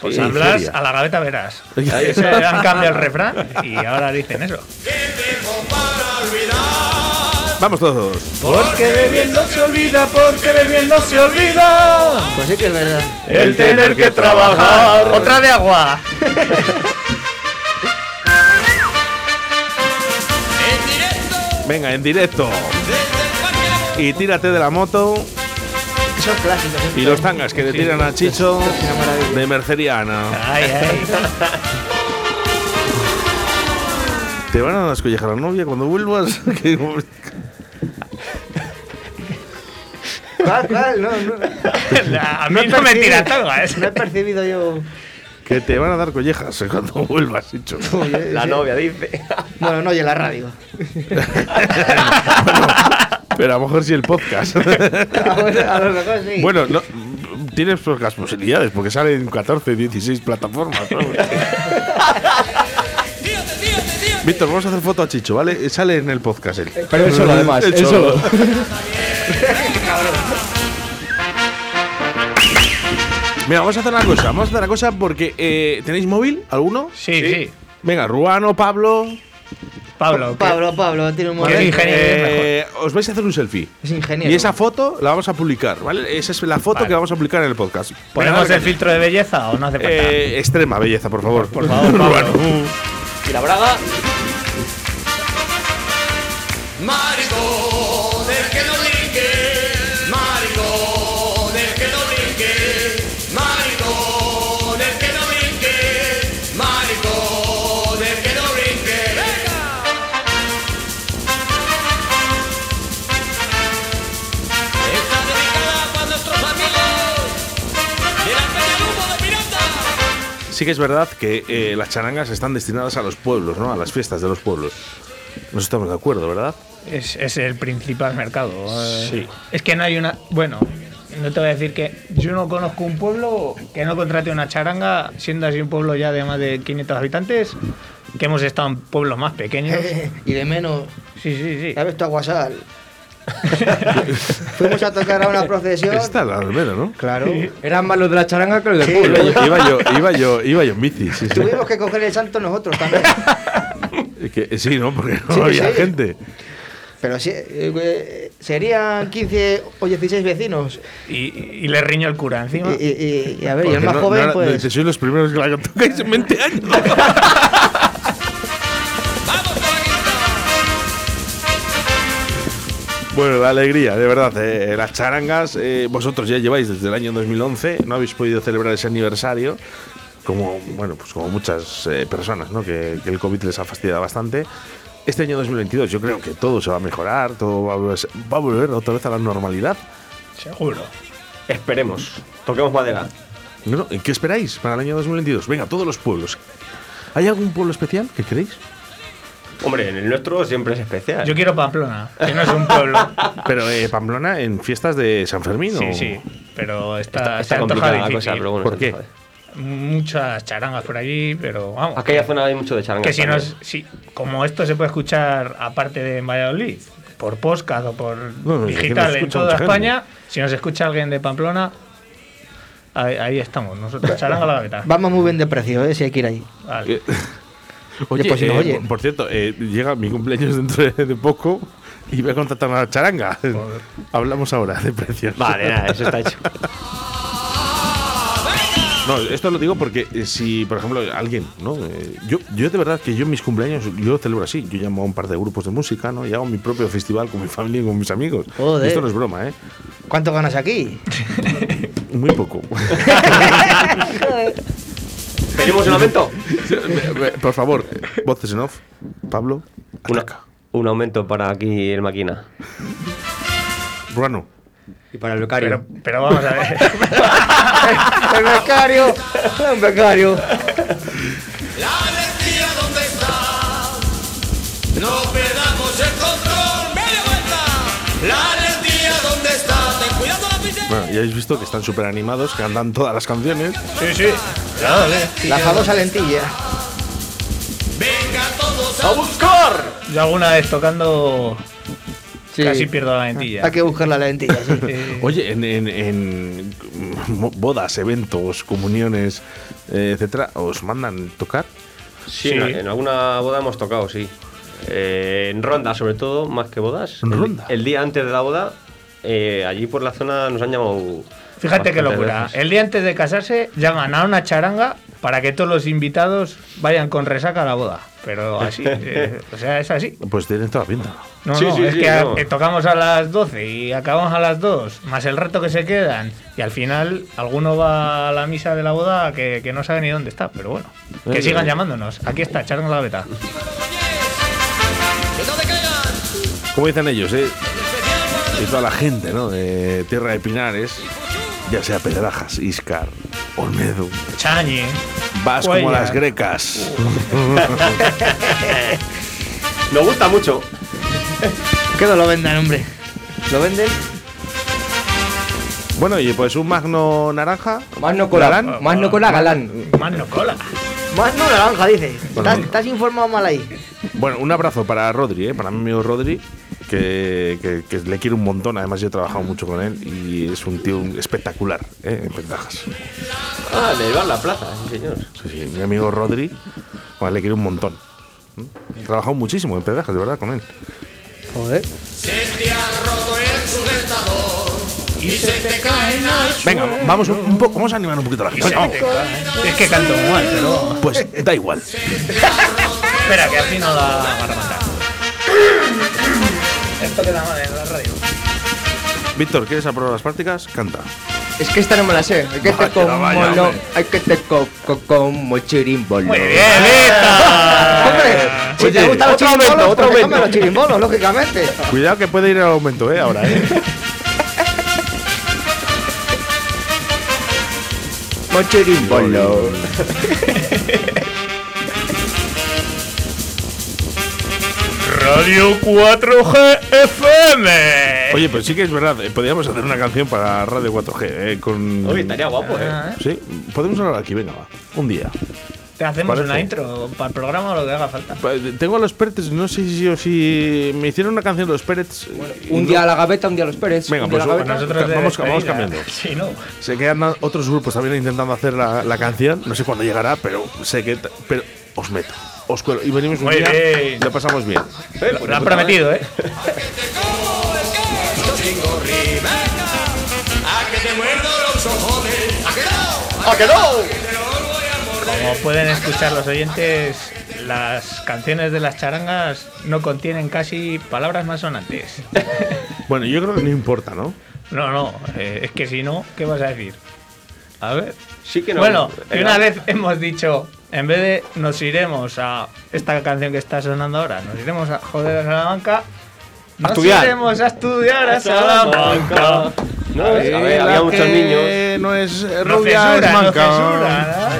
Pues Sí, hablas feria. a la gaveta verás. Se han cambiado el refrán y ahora dicen eso. Vamos todos. Porque bebiendo se olvida, porque bebiendo se olvida. Pues sí que es verdad. El tener que trabajar. Otra de agua. Venga, en directo. Y tírate de la moto. Son clásicos. Y los tangas que le tiran a Chicho una maravilla. de Merceriana. Ay, ay. ¿Te van a dar las collejas a la novia cuando vuelvas? Que- ¿Cuál, cuál? No, no. No A mí no me tira tanga, ¿eh? he percibido yo. que te van a dar collejas eh, cuando vuelvas, Chicho. Oye, La sí. novia dice. Bueno, no oye la radio. Pero a lo mejor sí el podcast. A lo- a lo mejor sí. bueno, no, tienes pocas posibilidades porque salen 14, 16 plataformas. ¿no? Víctor, vamos a hacer foto a Chicho, ¿vale? Eh, Sale en el podcast él. Pero él solo, además, Él él solo. Mira, vamos a hacer una cosa, vamos a hacer una cosa porque eh, ¿tenéis móvil alguno? Sí, sí. Venga, Ruano, Pablo, Pablo, ¿qué- Pablo, Pablo, tiene un ¿Qué modelo. ingeniero es mejor? Eh, os vais a hacer un selfie. Es ingeniero. Y esa foto la vamos a publicar, ¿vale? Esa es la foto Vale. que vamos a publicar en el podcast. ¿Ponemos Venga, el filtro de belleza o no hace falta? eh, extrema belleza, por favor. Por favor, Pablo. Y la braga. Marido del que no brinque, marido del que no brinque, marido del que no brinque, marido del que no brinque. Está dedicada para nuestros amigos delante del humo de Miranda. Sí que es verdad que eh, las charangas están destinadas a los pueblos, ¿no? A las fiestas de los pueblos. Nos estamos de acuerdo, ¿verdad? Es, es el principal mercado. eh. Es que no hay una. Bueno, no te voy a decir que yo no conozco un pueblo que no contrate una charanga, siendo así un pueblo ya de más de 500 habitantes, que hemos estado en pueblos más pequeños. y de menos, Sí, sí, sí. ¿sabes tú a Guasal? Fuimos a tocar a una procesión. Está la Almero, ¿no? Claro. Eran más los de la charanga que los del Sí. pueblo. Iba yo, iba yo, iba yo, iba yo en bici. Sí, sí. Tuvimos que coger el santo nosotros también. Que- eh, sí, ¿no? Porque no Sí, había sí. gente. Pero sí, eh, eh, serían 15 o 16 vecinos. Y, y le riño el cura encima. Y, y- y- y a ver, y el Porque más no- joven, no era- pues. no, sois los primeros que la tocáis en 20 años. Bueno, la alegría, de verdad. eh, las charangas, eh, vosotros ya lleváis desde el año 2011, no habéis podido celebrar ese aniversario, como bueno, pues como muchas eh, personas, ¿no? Que, que el COVID les ha fastidiado bastante. Este año 2022, yo creo que todo se va a mejorar, todo va a volver, va a volver otra vez a la normalidad. Seguro. Esperemos. Toquemos madera. No, no, ¿Qué esperáis para el año 2022? Venga, todos los pueblos. ¿Hay algún pueblo especial que queréis? Hombre, en el nuestro siempre es especial. Yo quiero Pamplona, que no es un pueblo. Pero eh, Pamplona en fiestas de San Fermín. Ah. Sí, ¿o? sí. Pero está, está, se está antoja complicada la difícil. cosa, pero bueno. ¿Por se qué? nos jode. Muchas charangas por allí, pero vamos. Aquella zona hay mucho de charanga. Que si también. nos, si, como esto se puede escuchar aparte de en Valladolid, por podcast o por Bueno, es que nos digital en escucha toda mucha gente. España, si nos escucha alguien de Pamplona, ahí, ahí estamos, nosotros charanga la gaveta. Vamos muy bien de precio, eh, si hay que ir ahí. Vale. Eh, Oye, pues si no eh, oyen. por- por cierto, eh, llega mi cumpleaños dentro de, de poco y voy a contratar una charanga. Hablamos ahora de precios. Vale, nada, eso está hecho. No, esto lo digo porque eh, si, por ejemplo, alguien, ¿no? Eh, yo, yo de verdad que yo en mis cumpleaños, yo lo celebro así. Yo llamo a un par de grupos de música, ¿no? Y hago mi propio festival con mi familia y con mis amigos. Joder. Esto no es broma, ¿eh? ¿Cuánto ganas aquí? Muy poco. ¿Tenemos un aumento? Eh, por favor, voces en off. Pablo, Una- ataca. un aumento para aquí el máquina. Ruano. Y para el becario. Pero, pero vamos a ver. ¡El becario! ¡El becario! La alegría donde está, no perdamos el control. Media vuelta. La alegría donde está, ten cuidado la piscina. Bueno, ya habéis visto que están súper animados, que andan todas las canciones. Sí, sí. La famosa lentilla. Venga todos a buscar. Yo alguna vez tocando casi pierdo la lentilla. Hay que buscar la lentilla, sí. Eh, Oye, en, en- en mo- bodas, eventos, comuniones, eh, etcétera, ¿os mandan tocar? Sí, Sí. En, en alguna boda hemos tocado, sí. Eh, en ronda, sobre todo, más que bodas. ¿En El- Ronda? El, día antes de la boda, eh, allí por la zona nos han llamado. Fíjate qué bastantes locura. eh. veces. El día antes de casarse llaman a una charanga para que todos los invitados vayan con resaca a la boda. Pero así, eh, o sea, es así. Pues tienen toda pinta. No, Sí, no, sí, es sí, que a- no. eh, tocamos a las 12 y acabamos a las 2, más el rato que se quedan, y al final alguno va a la misa de la boda que, que no sabe ni dónde está, pero bueno, que Eh, sigan eh. llamándonos. Aquí está, echarnos la beta. Que no te caigan. Como dicen ellos, ¿eh? Y toda la gente, ¿no? De Tierra de Pinares, ya sea Pedrajas, Iscar, Olmedo. Chañi, Vas como Cuellar. las grecas. Nos gusta mucho. Que no lo vendan, hombre. ¿Lo venden? Bueno, y pues un magno naranja. Más no cola. Galán. Más no cola, galán. más no cola. Más no naranja, dice. Bueno, Estás, estás informado mal ahí. Bueno, un abrazo para Rodri, ¿eh? para mi amigo Rodri, que, que- que le quiero un montón. Además, yo he trabajado mucho con él y es un tío espectacular ¿eh? en Pedrajas. Ah, de llevar la plaza, sí, señor. Mm. Sí, sí, mi amigo Rodri, bueno, le quiero pues, un montón. ¿Mm? He trabajado muchísimo en Pedrajas, de verdad, con él. Joder. Se te ha roto el sujetador y se te caen al Venga, vamos un, un poco, vamos a animar un poquito la gente. vamos. ¿eh? Es que canto mal, pero. Pues da igual. Espera, que afino la garganta. Esto queda mal en la radio. Víctor, ¿quieres aprobar las prácticas? Canta. Es que esta no me la sé. Hay que te Vaya, como vaya, lo. hombre. Hay que te co- co- como chirimbolo. Muy bien, Vita. Si Oye, te gustan los otro chirimbolos, momento, otro pues te comes momento. los chirimbolos, lógicamente. Cuidado que puede ir al aumento, ¿eh? Ahora, ¿eh? Como chirimbolo. Radio 4G FM. Oye, pero sí que es verdad, eh, podríamos hacer una canción para Radio 4G, eh, Con. Uy, estaría guapo, eh. Sí, podemos hablar aquí, venga, va. Un día. Te hacemos Parece. una intro para el programa o lo que haga falta. Pa- Tengo a los Pérez, no sé si, o si me hicieron una canción los Pérez. Un día a la gaveta, un día a los Pérez. Venga, un día a la pues, gaveta. Ca- de vamos- vamos despedida. cambiando. Sí, no. Se quedan a- otros grupos también intentando hacer la, la canción. No sé cuándo llegará, pero sé que. ta- Pero os meto. Os cuelo. Y venimos un Muy día. bien. Lo pasamos bien. Lo han prometido, ¿eh? chingorri. Venga, a que te muerdo los ojones. A que no, a que Como pueden escuchar los oyentes, las canciones de las charangas no contienen casi palabras más sonantes. Bueno, yo creo que no importa, ¿no? No, no, eh, es que si no, ¿qué vas a decir? A ver. Sí que no. bueno, Venga. y una vez hemos dicho, en vez de nos iremos a esta canción que está sonando ahora, nos iremos a joder a Salamanca. Nos estudiar. iremos a estudiar a Salamanca. No, a ver, había muchos niños. Eh, No es No rubia, es censura, no manca. censura, ¿eh?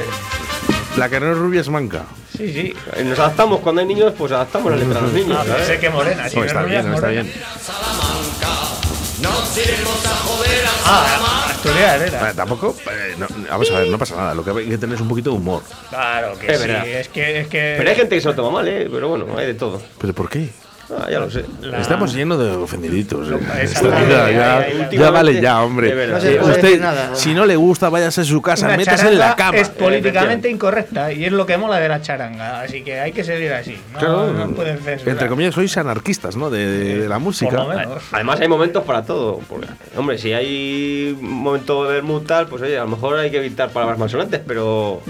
La que no es rubia es manca. Sí, sí. Eh, Nos adaptamos cuando hay niños, pues adaptamos la letra a los niños. Ah, ¿sabes? pensé que morena. si ¿Eh? No, no está es rubia, bien, es está morena. bien. Nos iremos a joder a Ah, a estudiar Vale, era. tampoco. eh, no, vamos a ver, no pasa nada. Lo que hay que tener es un poquito de humor. Claro que Es sí. verdad. Es que, es que. Pero hay gente que se lo toma mal, eh. Pero bueno, hay de todo. ¿Pero por qué? Ah, ya lo sé. La- Estamos llenos de ofendiditos. eh. Esta exactamente, ahí, vida, ya, ahí, ya últimamente, vale ya, hombre. de verdad. No se puede Usted, decir nada. si no le gusta, váyase a su casa, Una métase en la charanga cama. eh, Es políticamente incorrecta y es lo que mola de la charanga, así que hay que seguir así. No, Claro, no pueden censurar. entre comillas, sois anarquistas, ¿no? De, de- de la música. Por lo menos. Además hay momentos para todo. porque, hombre, si hay un momento de mood tal, pues oye, a lo mejor hay que evitar palabras malsonantes, pero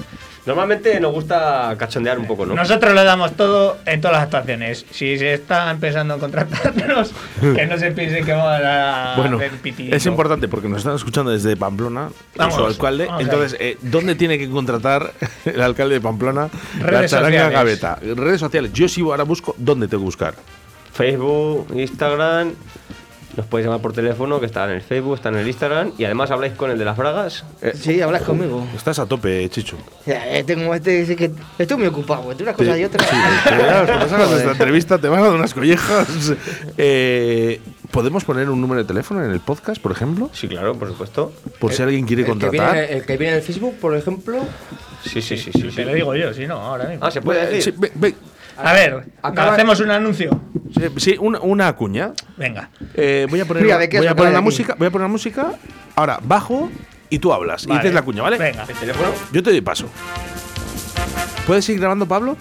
normalmente nos gusta cachondear un poco, ¿no? Nosotros le damos todo en todas las actuaciones. Si se está empezando a contratarnos, que no se piense que vamos a Bueno, hacer pitidito. es importante porque nos están escuchando desde Pamplona, con su Vamos, alcalde. vamos Entonces, eh, ¿dónde tiene que contratar el alcalde de Pamplona la Redes charanga sociales. gaveta? Redes sociales. Yo si ahora busco, ¿dónde tengo que buscar? Facebook, Instagram, nos podéis llamar por teléfono, que está en el Facebook, está en el Instagram, y además habláis con el de las bragas. Eh, Sí, hablas conmigo. Estás a tope, Chicho. Ya, eh, tengo este, sí que estoy muy ocupado entre unas cosas y otras. Sí, te verás, cuando salgas de esta Joder. entrevista te van a dar unas collejas. Eh, ¿Podemos poner un número de teléfono en el podcast, por ejemplo? Sí, claro, por supuesto. Por Eh, si alguien quiere El que, viene, en contratar. el- el que viene en el Facebook, por ejemplo, Sí, sí, sí, sí. sí. Te lo digo yo, si no, ahora mismo. Ah, se puede Eh, Sí, decir. ve- ve- A ver, Acaba- hacemos un anuncio. sí, sí, una, una cuña. Venga. Eh, voy a poner, Mira, ve que voy eso a poner cae la aquí. música. Voy a poner la música. Ahora, bajo y tú hablas. Y Vale. dices la cuña, ¿vale? Venga. El teléfono. Yo te doy paso. ¿Puedes seguir grabando, Pablo?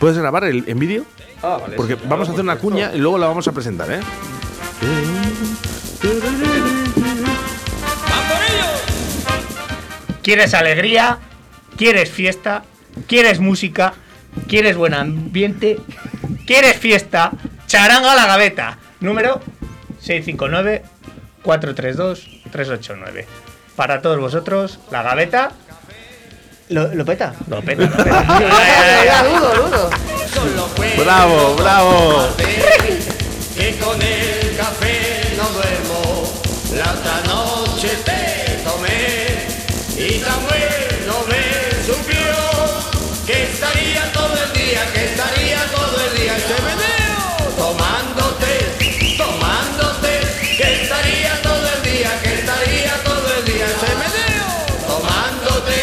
¿Puedes grabar el, en vídeo? Ah, vale. Porque sí, claro, vamos a hacer por una supuesto. cuña y luego la vamos a presentar, ¿eh? ¿Quieres alegría? ¿Quieres fiesta? ¿Quieres música? ¿Quieres buen ambiente? ¿Quieres fiesta? Charanga a la gaveta. Número 659-432-389. Para todos vosotros, la gaveta. ¿Lo, lo peta? Lo peta, lo peta. Ya, ya, Ah, dudo, dudo. ¡Bravo, bravo! que con el café no duermo. La otra noche te tomé y Samuel no me supió que estaría todo el día, que estaría todo el día en ese meneo tomándote, tomándote, que estaría todo el día, que estaría todo el día en ese meneo tomándote,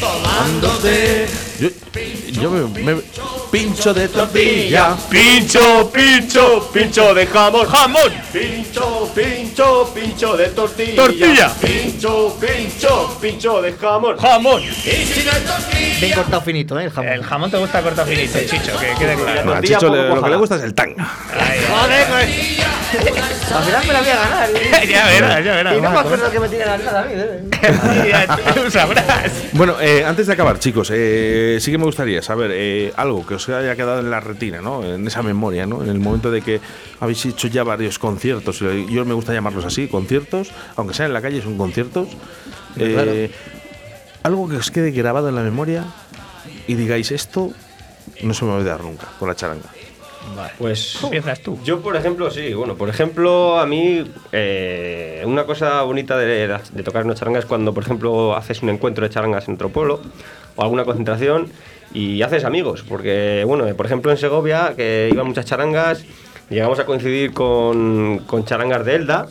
tomándote. Yo, yo me, me- pincho de tortilla. Pincho, pincho, pincho de jamón, jamón. Pincho, pincho, pincho de tortilla. Tortilla. Pincho, pincho, pincho de jamón, jamón. Y si no hay tortilla, bien cortado finito, ¿eh? El jamón. El jamón te gusta corto finito, Chicho, que quede claro. No, a Chicho le- lo que le gusta es el tanga. Ahí. Al final me la voy a ganar. ¿eh? ya verás, ya Ah, verás. Y no me vamos a acuerdo que me tiran nada a mí, ¿eh? comer. Ya, tú sabrás. Bueno, eh, antes de acabar, chicos, eh, sí que me gustaría saber eh, algo que os haya quedado en la retina, ¿no? En esa memoria, ¿no? En el momento de que habéis hecho ya varios conciertos, y yo me gusta llamarlos así, conciertos, aunque sea en la calle, son conciertos. Eh, Algo que os quede grabado en la memoria y digáis esto no se me va a olvidar nunca con la charanga. Pues Empiezas tú. Yo, por ejemplo, sí. Bueno, por ejemplo, a mí eh, una cosa bonita de, las- de tocar una charanga es cuando, por ejemplo, haces un encuentro de charangas en otro pueblo o alguna concentración y haces amigos. Porque, bueno, por ejemplo, en Segovia, que iban muchas charangas, llegamos a coincidir con, con charangas de Elda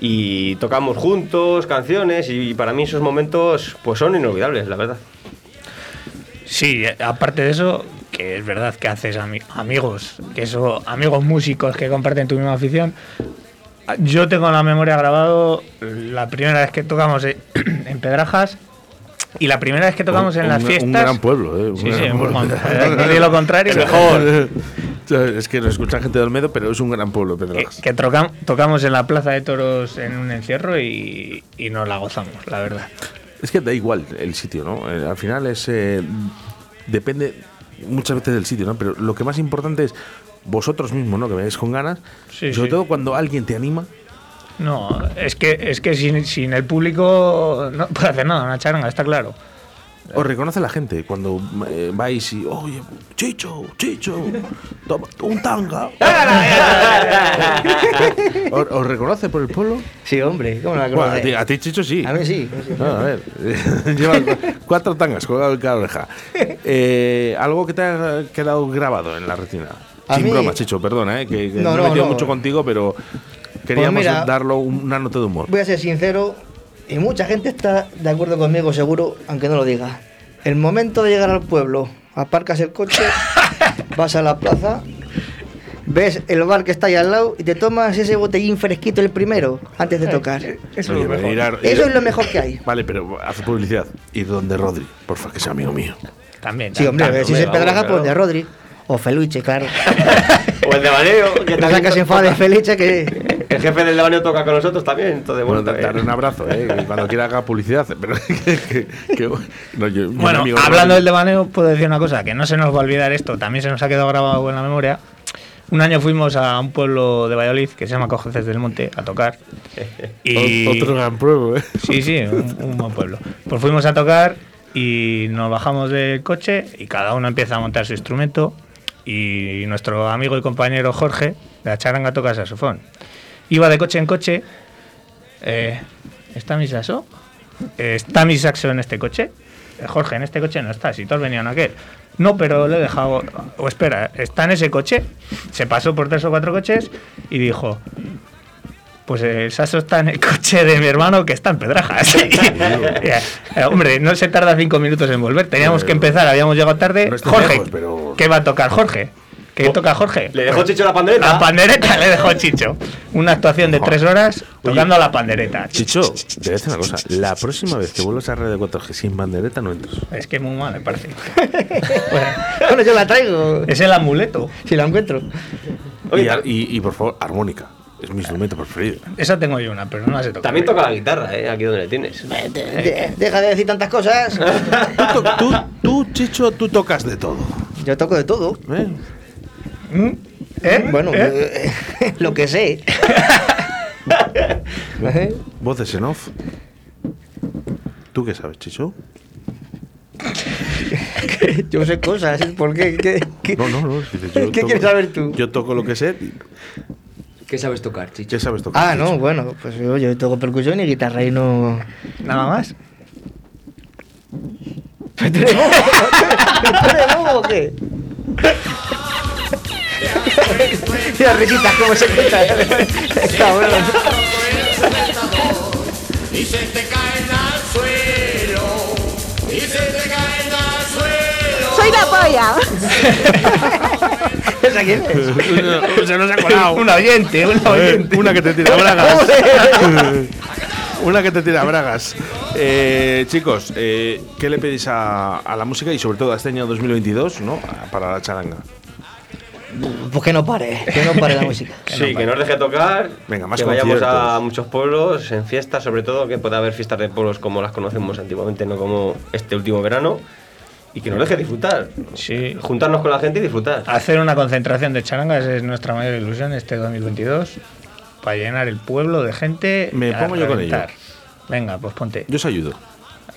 y tocamos juntos canciones y para mí esos momentos pues son inolvidables, la verdad. Sí, eh, aparte de eso, que es verdad que haces ami- amigos, que eso, amigos músicos que comparten tu misma afición. Ah, Yo tengo en la memoria grabado la primera vez que tocamos eh, en Pedrajas y la primera vez que tocamos Un- en las un- fiestas. Un gran pueblo, ¿eh? Un Sí, gran sí, pueblo. bueno, no digo lo contrario. es que nos escucha gente de Olmedo, pero es un gran pueblo, Que, Pedrajas. que troca- tocamos en la plaza de toros en un encierro y, y nos la gozamos, la verdad. Es que da igual el sitio, ¿no? Eh, al final es. eh, depende muchas veces del sitio, ¿no? Pero lo que más importante es vosotros mismos, ¿no? Que veáis con ganas. Sí, sobre sí. todo cuando alguien te anima. No, es que, es que sin, sin el público no puede hacer nada, una charanga, está claro. Eh. Os reconoce la gente cuando eh, vais y. Oye, chicho, chicho, toma un tanga. ¿Os, os reconoce por el pueblo? Sí, hombre, ¿cómo no la Bueno, a, ti, conoces? a ti, chicho, sí. A mí sí. No, Ah, a ver, lleva cu- cuatro tangas colgado en cada oreja. Eh, algo que te ha quedado grabado en la retina. A Sin mí- broma, Chicho, perdona, eh, que, que No, me he no, metido no. Pues mucho contigo, pero queríamos mira- darlo un- una nota de humor. Voy a ser sincero, y mucha gente está de acuerdo conmigo, seguro, aunque no lo diga. El momento de llegar al pueblo, aparcas el coche, vas a la plaza, ves el bar que está ahí al lado y te tomas ese botellín fresquito el primero antes de Eh, tocar. Oye, ir a- ir Eso a- es lo mejor que hay. Vale, pero haz publicidad. Ir donde Rodri, porfa, que sea amigo mío. También. Sí, hombre, tanto, si se vamos, pedraja, pues claro. de Rodri. O Feluche, claro. O el de Valeo, que La también saca se enfada de Feluche que. el jefe del de Valeo toca con nosotros también, entonces Bueno, bueno, da- darle también- un abrazo, eh, que cuando quiera haga publicidad. Pero que- que- que- no, yo- yo un Bueno, amigo hablando del Rodri- devaneo, puedo decir una cosa, que no se nos va a olvidar esto, también se nos ha quedado grabado en la memoria. Un año fuimos a un pueblo de Valladolid que se llama Cojeces del Monte a tocar. Y... Otro gran pruebo, eh. Sí, sí, un, un buen pueblo. Pues fuimos a tocar y nos bajamos del coche y cada uno empieza a montar su instrumento y nuestro amigo y compañero Jorge de la charanga toca saxofón. Iba de coche en coche. eh, ¿Está mi saxo? Eh, ¿Está mi saxo en este coche? Eh, Jorge, en este coche no está, si todos venían aquel. No, pero lo he dejado. O espera, ¿está en ese coche? Se pasó por tres o cuatro coches y dijo: pues el Saso está en el coche de mi hermano que está en Pedrajas. Eh, Hombre, no se tarda cinco minutos en volver. Teníamos que empezar, habíamos llegado tarde. No está Jorge, lejos, pero- ¿qué va a tocar Jorge? ¿Qué toca Jorge? Le dejó Chicho la pandereta. La pandereta le dejó Chicho. Una actuación de tres horas tocando la pandereta. Chicho, te voy a decir una cosa. La próxima vez que vuelvas a Radio 4G sin bandereta no entras. Es que es muy mal, me parece. Bueno, yo la traigo. Es el amuleto. Si la encuentro. Oye, Y, ta- ar- y- y, por favor, armónica. Es mi instrumento preferido. Esa tengo yo una, pero no la sé tocar. También toca la guitarra, ¿eh? Aquí donde le tienes. De- Deja de decir tantas cosas. Tú, to- tú- tú, Chicho, tú tocas de todo. Yo toco de todo. ¿eh? ¿Mm? ¿Eh? Bueno, ¿Eh? eh, lo que sé. ¿Eh? Voces en off. ¿Tú qué sabes, Chicho? Yo sé cosas, ¿por qué? ¿Qué, qué- No, no, no. dices, ¿Qué yo toco- quieres saber tú? Yo toco lo que sé. ¿Qué sabes tocar, ¿Y chicho? ¿Qué sabes tocar? Ah, Chicho? no, bueno, pues yo, yo toco percusión y guitarra y no. Nada más. ¿Pero tú eres bobo? ¿Tú eres bobo o qué? Mira, risitas, cómo se ¿eh? escucha. Está bueno. Y se te caen al suelo. Y se te caen al suelo. Soy la polla. ¿Esa quién es? Se nos ha colado. un oyente, un oyente. Una que te tira bragas. Una que te tira bragas. Eh, chicos, eh, ¿qué le pedís a, a la música y sobre todo a este año 2022 ¿no? A- para la charanga? Pues que no pare, que no pare la música. Sí, que nos deje tocar. Venga, más que vayamos conciertos. a muchos pueblos, en fiestas, sobre todo, que pueda haber fiestas de pueblos como las conocemos antiguamente, no como este último verano. Y que nos deje disfrutar. Sí. Juntarnos con la gente y disfrutar. Hacer una concentración de charangas es nuestra mayor ilusión este 2022 para llenar el pueblo de gente. Me a pongo yo con ello. reventar. Venga, pues ponte. Yo os ayudo.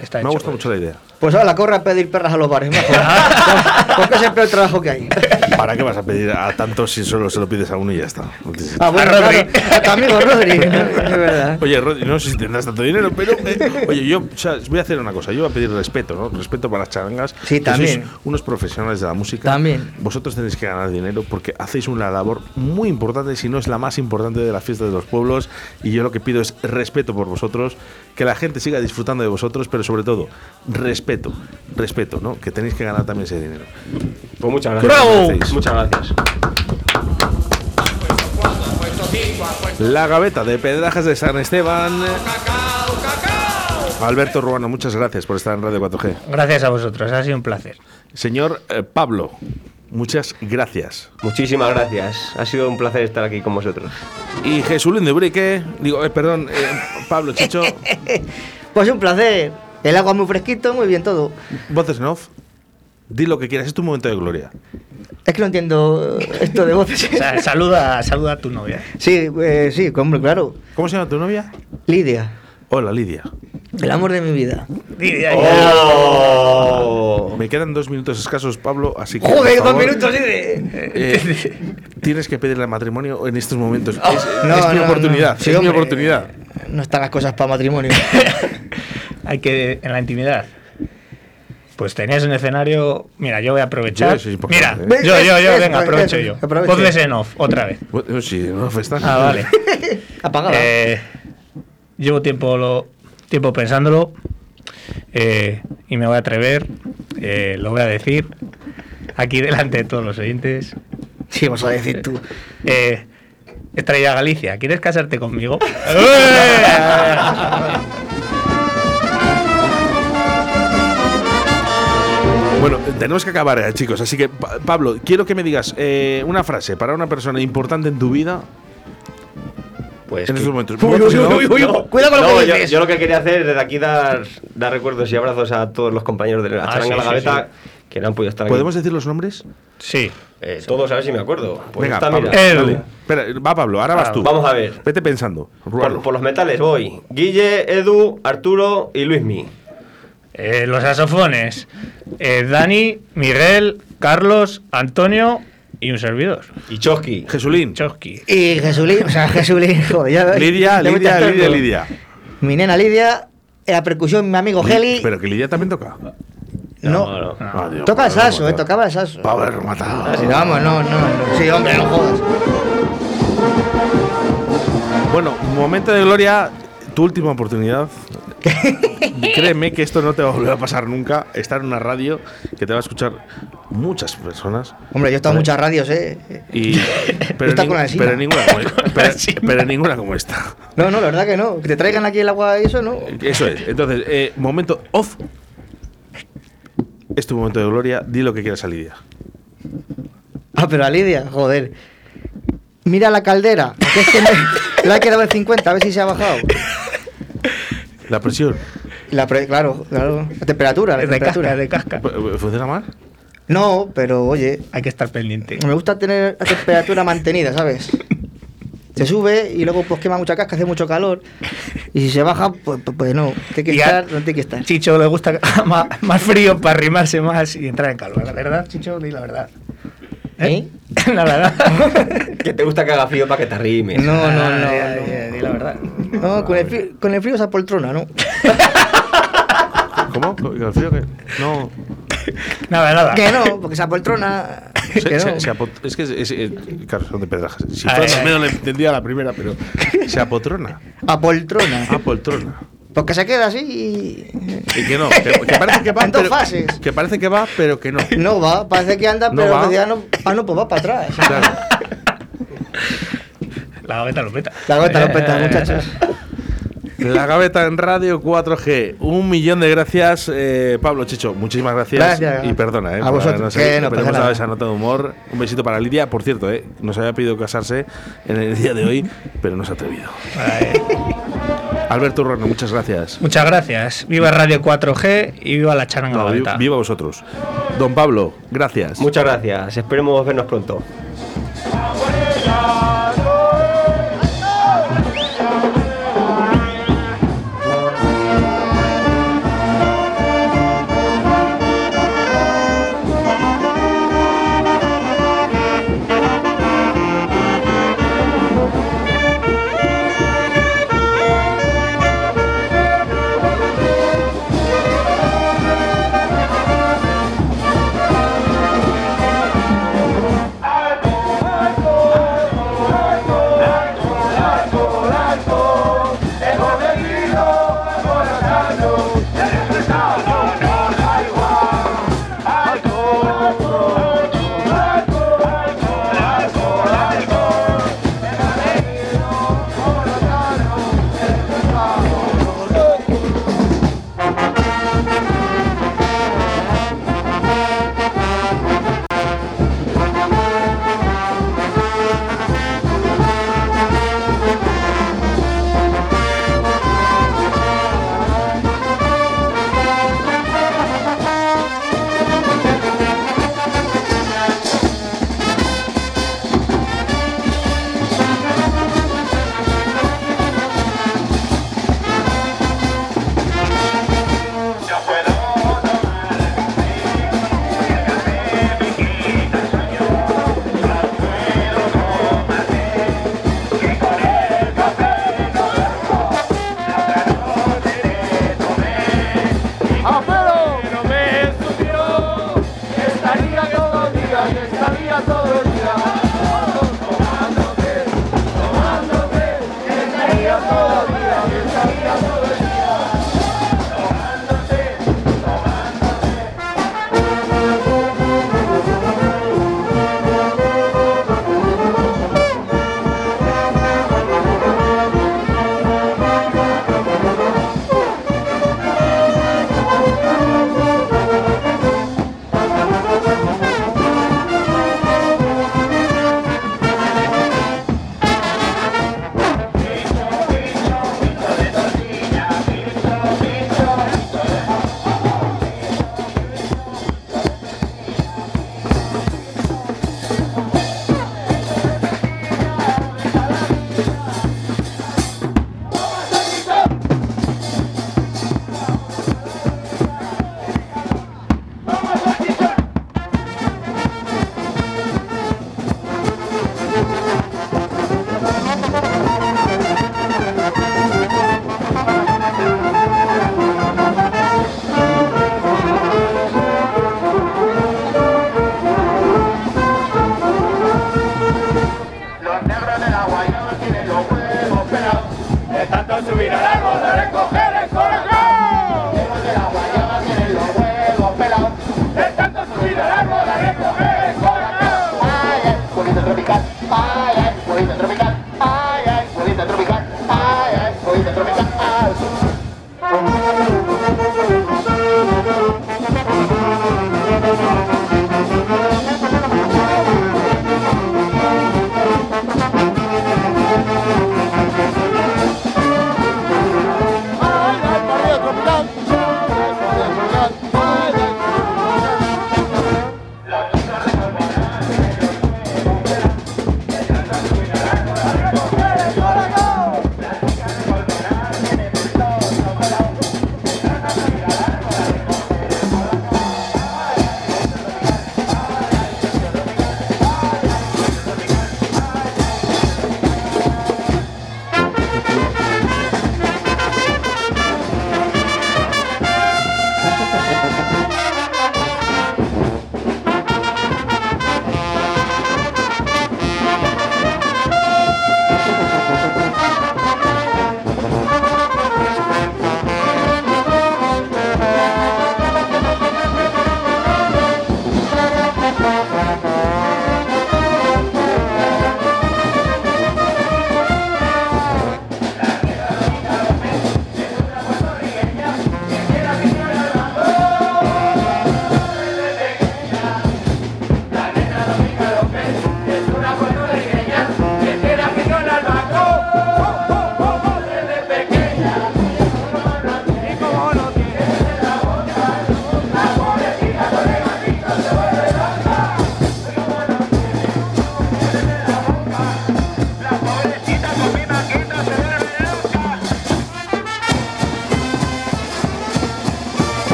Está Me hecho, gusta mucho la idea. Pues ahora corre a pedir perras a los bares, mejor. Porque es el peor trabajo que hay. ¿Para qué vas a pedir a tantos si solo se lo pides a uno y ya está? No tienes- Ah, bueno, claro, a tu amigo Rodri, es verdad. Oye, Rodri, no sé si tendrás tanto dinero, pero. eh, oye, yo o sea, voy a hacer una cosa. Yo voy a pedir respeto, ¿no? Respeto para las charangas. Sí, que también. sois unos profesionales de la música. También. Vosotros tenéis que ganar dinero porque hacéis una labor muy importante, si no es la más importante de la fiesta de los pueblos. Y yo lo que pido es respeto por vosotros, que la gente siga disfrutando de vosotros, pero sobre todo, respeto. Respeto, ¿no? Que tenéis que ganar también ese dinero. Pues muchas gracias. ¡Bravo! Muchas gracias. La gaveta de pedrajas de San Esteban. Alberto Ruano, muchas gracias por estar en Radio 4G. Gracias a vosotros, ha sido un placer. Señor eh, Pablo, muchas gracias. Muchísimas gracias. Ha sido un placer estar aquí con vosotros. Y Jesulín de Urique, digo, eh, perdón, eh, Pablo Chicho, Pues un placer. El agua muy fresquito, muy bien todo. voces en off, di lo que quieras, es tu momento de gloria. Es que no entiendo eh, esto de voces. O sea, saluda, saluda a tu novia. Sí, eh, sí, hombre, claro. ¿Cómo se llama tu novia? Lidia, Hola, Lidia. el amor de mi vida. Diría yo. Oh. Me quedan dos minutos escasos, Pablo, así que. por Joder, dos favor, minutos, Lidia. eh, tienes que pedirle matrimonio en estos momentos. es Oh, No, es mi no, oportunidad, no. Sí, es mi hombre, eh, oportunidad. No están las cosas para matrimonio. Hay que en la intimidad. Pues tenías un escenario. Mira, yo voy a aprovechar. Yo, sí, por Mira, favor, eh. yo, yo, yo, Eso, venga, aprovecho yo. eso, aproveche. Voces en off, otra vez. Bueno, sí, no, está. Ah, vale. Apagada. Eh, llevo tiempo, lo, tiempo pensándolo eh, y me voy a atrever. eh, lo voy a decir aquí delante de todos los oyentes. sí, vas a decir tú. Eh, Estrella Galicia, ¿quieres casarte conmigo? ¡Eh! Bueno, tenemos que acabar, eh, chicos. Así que, Pa- Pablo, quiero que me digas eh, una frase para una persona importante en tu vida Pues en que- estos momentos. Uy, uy, uy, uy, No, uy. Cuidado con lo no, que yo, dices. yo lo que quería hacer desde aquí dar, dar recuerdos y abrazos a todos los compañeros de la Ah, charanga sí, la sí, gaveta que no han podido estar aquí. ¿Podemos decir los nombres? sí. Eh, todos a ver si me acuerdo. Pues Venga, está, Pablo. mira. Eh, Dale. Espera, va Pablo, ahora vas tú. Vamos a ver. Vete pensando. Rualo. Por, por los metales voy. Guille, Edu, Arturo y Luismi. Eh, los saxofones. eh, Dani, Miguel, Carlos, Antonio y un servidor. Y Chosky. Jesulín. Chosky. Y Jesulín, o sea, Jesulín, joder, ya Lidia, ya me Lidia, estás Lidia, dando. Lidia. Mi nena Lidia, en la percusión, mi amigo Geli. Pero que Lidia también toca. No, no. Ah, Dios, toca el Pablo saxo, eh, Rematado. tocaba el saxo. Ah, Pablo Rematado. Sí, vamos, no, no. Sí, hombre, no jodas. Bueno, momento de gloria, tu última oportunidad. Créeme que esto no te va a volver a pasar nunca. Estar en una radio que te va a escuchar muchas personas. Hombre, yo he estado en muchas radios, eh. Y, pero, Está ning- con la encina. pero ninguna como pero, pero ninguna como esta. No, no, la verdad que no. Que te traigan aquí el agua y eso, no. Eso es. Entonces, eh, momento off. Es tu momento de gloria. Di lo que quieras a Lidia. Ah, pero a Lidia, joder. Mira la caldera, que es que me- la he quedado en 50, a ver si se ha bajado. La presión. La pre- claro, claro. La temperatura, la Es de temperatura. casca, es de casca. ¿Funciona mal? No, pero oye, Hay que estar pendiente. me gusta tener la temperatura mantenida, ¿sabes? Se sube y luego pues quema mucha casca, hace mucho calor. Y si se baja, pues, pues, pues no. Tiene que Y a- estar, no tiene que estar. Chicho le gusta más, más frío para arrimarse más y entrar en calor. La verdad, Chicho, di la verdad. ¿Eh? La verdad. Que te gusta que haga frío para que te rimes. ¿Eh? No, no, Ah, no. Ay, ay, ay, di la verdad. No, con el, frío, con el frío se apoltrona, ¿no? ¿Cómo? ¿Con el frío qué? No. Nada, nada. Que no, porque se apoltrona. Se- Que se- no. Ah, eh, se apot- es que es, es- eh, claro, son de pedrajas. Si Ay, fuera ay. menos le entendía la primera, pero se apotrona. Apoltrona. Ah. Apoltrona. Porque se queda así Y que no, que, que parece que va, En dos pero- fases. que parece que va, pero que no. y no va, parece que anda, No pero va. en realidad no, ah, no, pues va para atrás. Claro. La gaveta lo peta. Eh, Eh, La gota lo peta, muchachos. La gaveta en radio 4G. Un millón de gracias, eh, Pablo Chicho. Muchísimas gracias. Gracias. Y perdona, eh, A por habernos- vosotros, que no pasa esperemos nada. haber esa nota de humor. Un besito para Lidia. Por cierto, eh, nos había pedido casarse en el día de hoy, pero no se ha atrevido. Ay, Alberto Urrano, muchas gracias. Muchas gracias. Viva Radio 4G y viva la charanga No, vi- gaveta. viva vosotros. Don Pablo, gracias. Muchas gracias, esperemos vernos pronto. Ah,